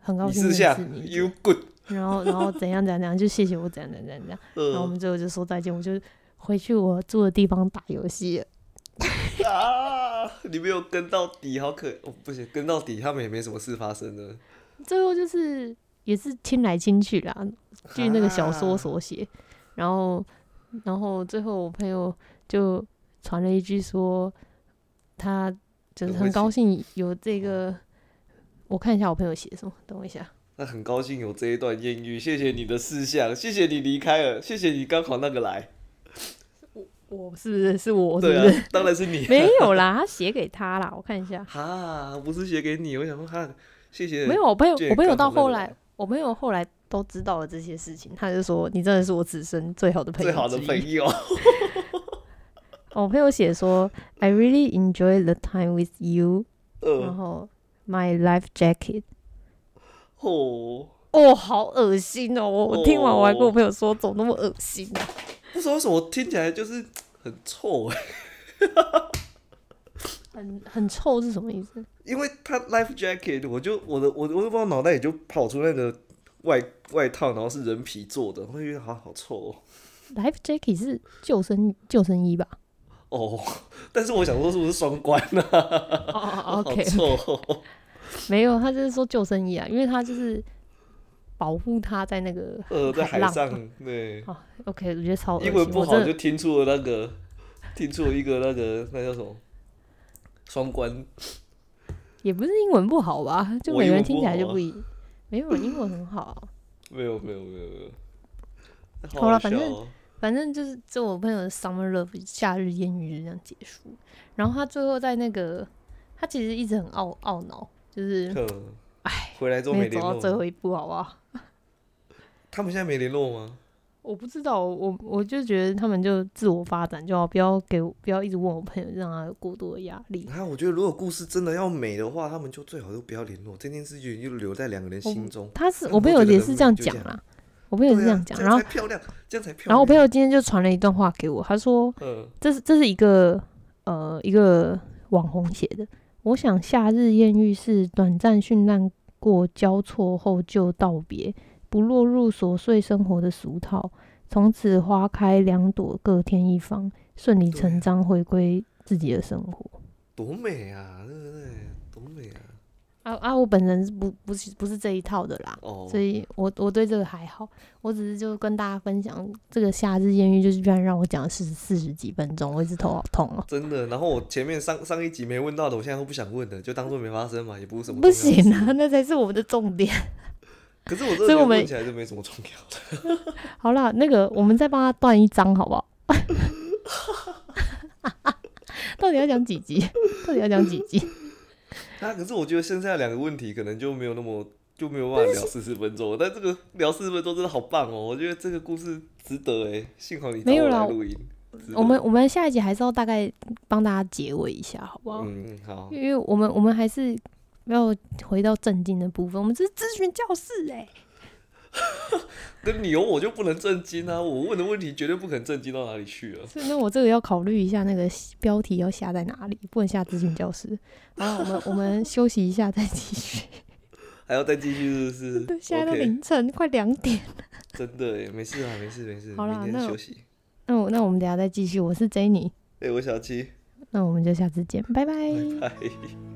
Speaker 1: 很高
Speaker 2: 你
Speaker 1: 兴
Speaker 2: 试
Speaker 1: 认
Speaker 2: 下
Speaker 1: 识你，
Speaker 2: ，You good，
Speaker 1: 然后然后怎样怎样怎样，就谢谢我怎样怎样怎样怎样，然后我
Speaker 2: 嗯
Speaker 1: 们最后就说再见，我就回去我住的地方打游戏了。
Speaker 2: 啊，你没有跟到底，好可，哦，不行，跟到底，他们也没什么事发生的。
Speaker 1: 最后就是也是亲来亲去啦，据那个小说
Speaker 2: 啊
Speaker 1: 所写，然后然后最后我朋友就传了一句说，他就是
Speaker 2: 很
Speaker 1: 很
Speaker 2: 会
Speaker 1: 高兴有这个，我看一下我朋友写什么，等我一下。
Speaker 2: 那很高兴有这一段艳遇，谢谢你的事项，谢谢你离开了，谢谢你刚好那个来，
Speaker 1: 我是不是是我是
Speaker 2: 对
Speaker 1: 不 是？
Speaker 2: 啊，当然是你，
Speaker 1: 没有啦，他写给他啦，我看一 下。
Speaker 2: 哈，不是写给你，我想说哈，谢谢，
Speaker 1: 没有，我朋友
Speaker 2: 这
Speaker 1: 我
Speaker 2: 也
Speaker 1: 朋友
Speaker 2: 刚
Speaker 1: 到
Speaker 2: 好那
Speaker 1: 后
Speaker 2: 个
Speaker 1: 来
Speaker 2: 来，
Speaker 1: 我朋友后来都知道了这些事情，他就说你真的是我此生最好的朋友，
Speaker 2: 最好的朋友，
Speaker 1: 我朋友写说，I really enjoy the time with you，、然
Speaker 2: 呃，
Speaker 1: 后 my life jacket。
Speaker 2: 哦，
Speaker 1: 哦，好恶心哦！我我听完我还跟我
Speaker 2: 哦
Speaker 1: 朋友说，怎么那么恶心啊？
Speaker 2: 不知道为什么听起来就是很臭哎、
Speaker 1: 很很臭是什么意思？
Speaker 2: 因为他 life jacket，我就我的我我都不知道脑袋里就跑出那个外外套，然后是人皮做的，我就觉得好好臭哦、
Speaker 1: Life jacket 是救生救生衣吧？
Speaker 2: 哦，但是我想说是不是双关呢、
Speaker 1: 哦哦
Speaker 2: 好
Speaker 1: ，OK，
Speaker 2: 臭哦、
Speaker 1: 没有，他就是说救生衣啊，因为他就是保护他在那个
Speaker 2: 呃，在海
Speaker 1: 浪嘛。
Speaker 2: 上，对，
Speaker 1: 哦，OK，我觉得超恶
Speaker 2: 英
Speaker 1: 心，
Speaker 2: 文不
Speaker 1: 我
Speaker 2: 好
Speaker 1: 真
Speaker 2: 就
Speaker 1: 的
Speaker 2: 听出了那个，听出了一个那个那叫什么双关，
Speaker 1: 也不是英文不好吧，就
Speaker 2: 我
Speaker 1: 每
Speaker 2: 英
Speaker 1: 个
Speaker 2: 文
Speaker 1: 人
Speaker 2: 不
Speaker 1: 听起来就
Speaker 2: 好啊
Speaker 1: 不一，没有人英文很好啊、
Speaker 2: 没有没有没有没有，
Speaker 1: 好
Speaker 2: 好
Speaker 1: 啦
Speaker 2: 笑
Speaker 1: 反正
Speaker 2: 哦
Speaker 1: 反正就是就我朋友的 summer love 夏日烟雨就这样结束，然后他最后在那个他其实一直很懊懊恼，就是
Speaker 2: 哼哦回来之后
Speaker 1: 没
Speaker 2: 没
Speaker 1: 有走
Speaker 2: 联
Speaker 1: 到最
Speaker 2: 络，
Speaker 1: 后一步，好不好？
Speaker 2: 他们现在没联络吗？
Speaker 1: 我不知道，我我就觉得他们就自我发展就好，不要给我不要一直问我朋友，让他有过多的压力。
Speaker 2: 然后我觉得如果故事真的要美的话，他们就最好都不要联络，这件事情就留在两个人心中。
Speaker 1: 他是
Speaker 2: 那
Speaker 1: 我朋
Speaker 2: 我
Speaker 1: 友
Speaker 2: 觉得
Speaker 1: 也
Speaker 2: 人
Speaker 1: 是
Speaker 2: 们
Speaker 1: 这样
Speaker 2: 就这
Speaker 1: 讲
Speaker 2: 样
Speaker 1: 啦，我朋友是
Speaker 2: 对
Speaker 1: 这
Speaker 2: 啊
Speaker 1: 样讲，
Speaker 2: 这
Speaker 1: 然后
Speaker 2: 才漂亮，这样才漂亮。
Speaker 1: 然后我朋友今天就传了一段话给我，他说
Speaker 2: 嗯，
Speaker 1: 这是这是一个呃一个网红写的。我想夏日艳遇是短暂绚烂过交错后就道别，不落入琐碎生活的俗套，从此花开两朵各添一方，顺理
Speaker 2: 对
Speaker 1: 成章回归自己的生活。
Speaker 2: 多美啊，对不对？多美啊！
Speaker 1: 啊啊！我本人是不不是不是这一套的啦，
Speaker 2: 哦，
Speaker 1: 所以我我对这个还好，我只是就跟大家分享这个夏日艳遇，就是居然让我讲了四十四十几分钟，我一直头好痛哦、
Speaker 2: 真的。然后我前面上上一集没问到的，我现在都不想问了，就当做没发生嘛，也不是什么
Speaker 1: 不
Speaker 2: 重要的
Speaker 1: 行
Speaker 2: 事
Speaker 1: 啊，那才是我们的重点。
Speaker 2: 可是我真的
Speaker 1: 所以
Speaker 2: 觉得
Speaker 1: 我们
Speaker 2: 问起来就没什么重要的。
Speaker 1: 好啦，那个我们再帮他断一张好不 好？到底要讲几集？ 到底要讲几 集？
Speaker 2: 那可是我觉得剩下两个问题可能就没有那么就没有办法聊四十分钟了，但这个聊四十分钟真的好棒哦！我觉得这个故事值得哎，幸好你找
Speaker 1: 没有
Speaker 2: 我
Speaker 1: 啦
Speaker 2: 来录音。值得
Speaker 1: 我们我们下一集还是要大概帮大家结尾一下，好不好？
Speaker 2: 嗯好，
Speaker 1: 因为我们我们还是要回到正经的部分，我们这是咨询教室哎、
Speaker 2: 跟你有我就不能震惊啊！我问的问题绝对不可能震惊到哪里去啊了。
Speaker 1: 所以那我这个要考虑一下那个标题要下在哪里，不能下咨询教室。好了，我们我们休息一下再继 续。
Speaker 2: 还要再继续是不
Speaker 1: 对，
Speaker 2: 是？
Speaker 1: 现在都
Speaker 2: OK，
Speaker 1: 凌晨快两点。
Speaker 2: 真的哎，没事啊，没事没事，
Speaker 1: 好啦
Speaker 2: 明
Speaker 1: 那
Speaker 2: 天休息。
Speaker 1: 那我那我们等一下再继续。我是 Jenny，
Speaker 2: 哎，我小七，
Speaker 1: 那我们就下次见，拜拜
Speaker 2: 拜拜。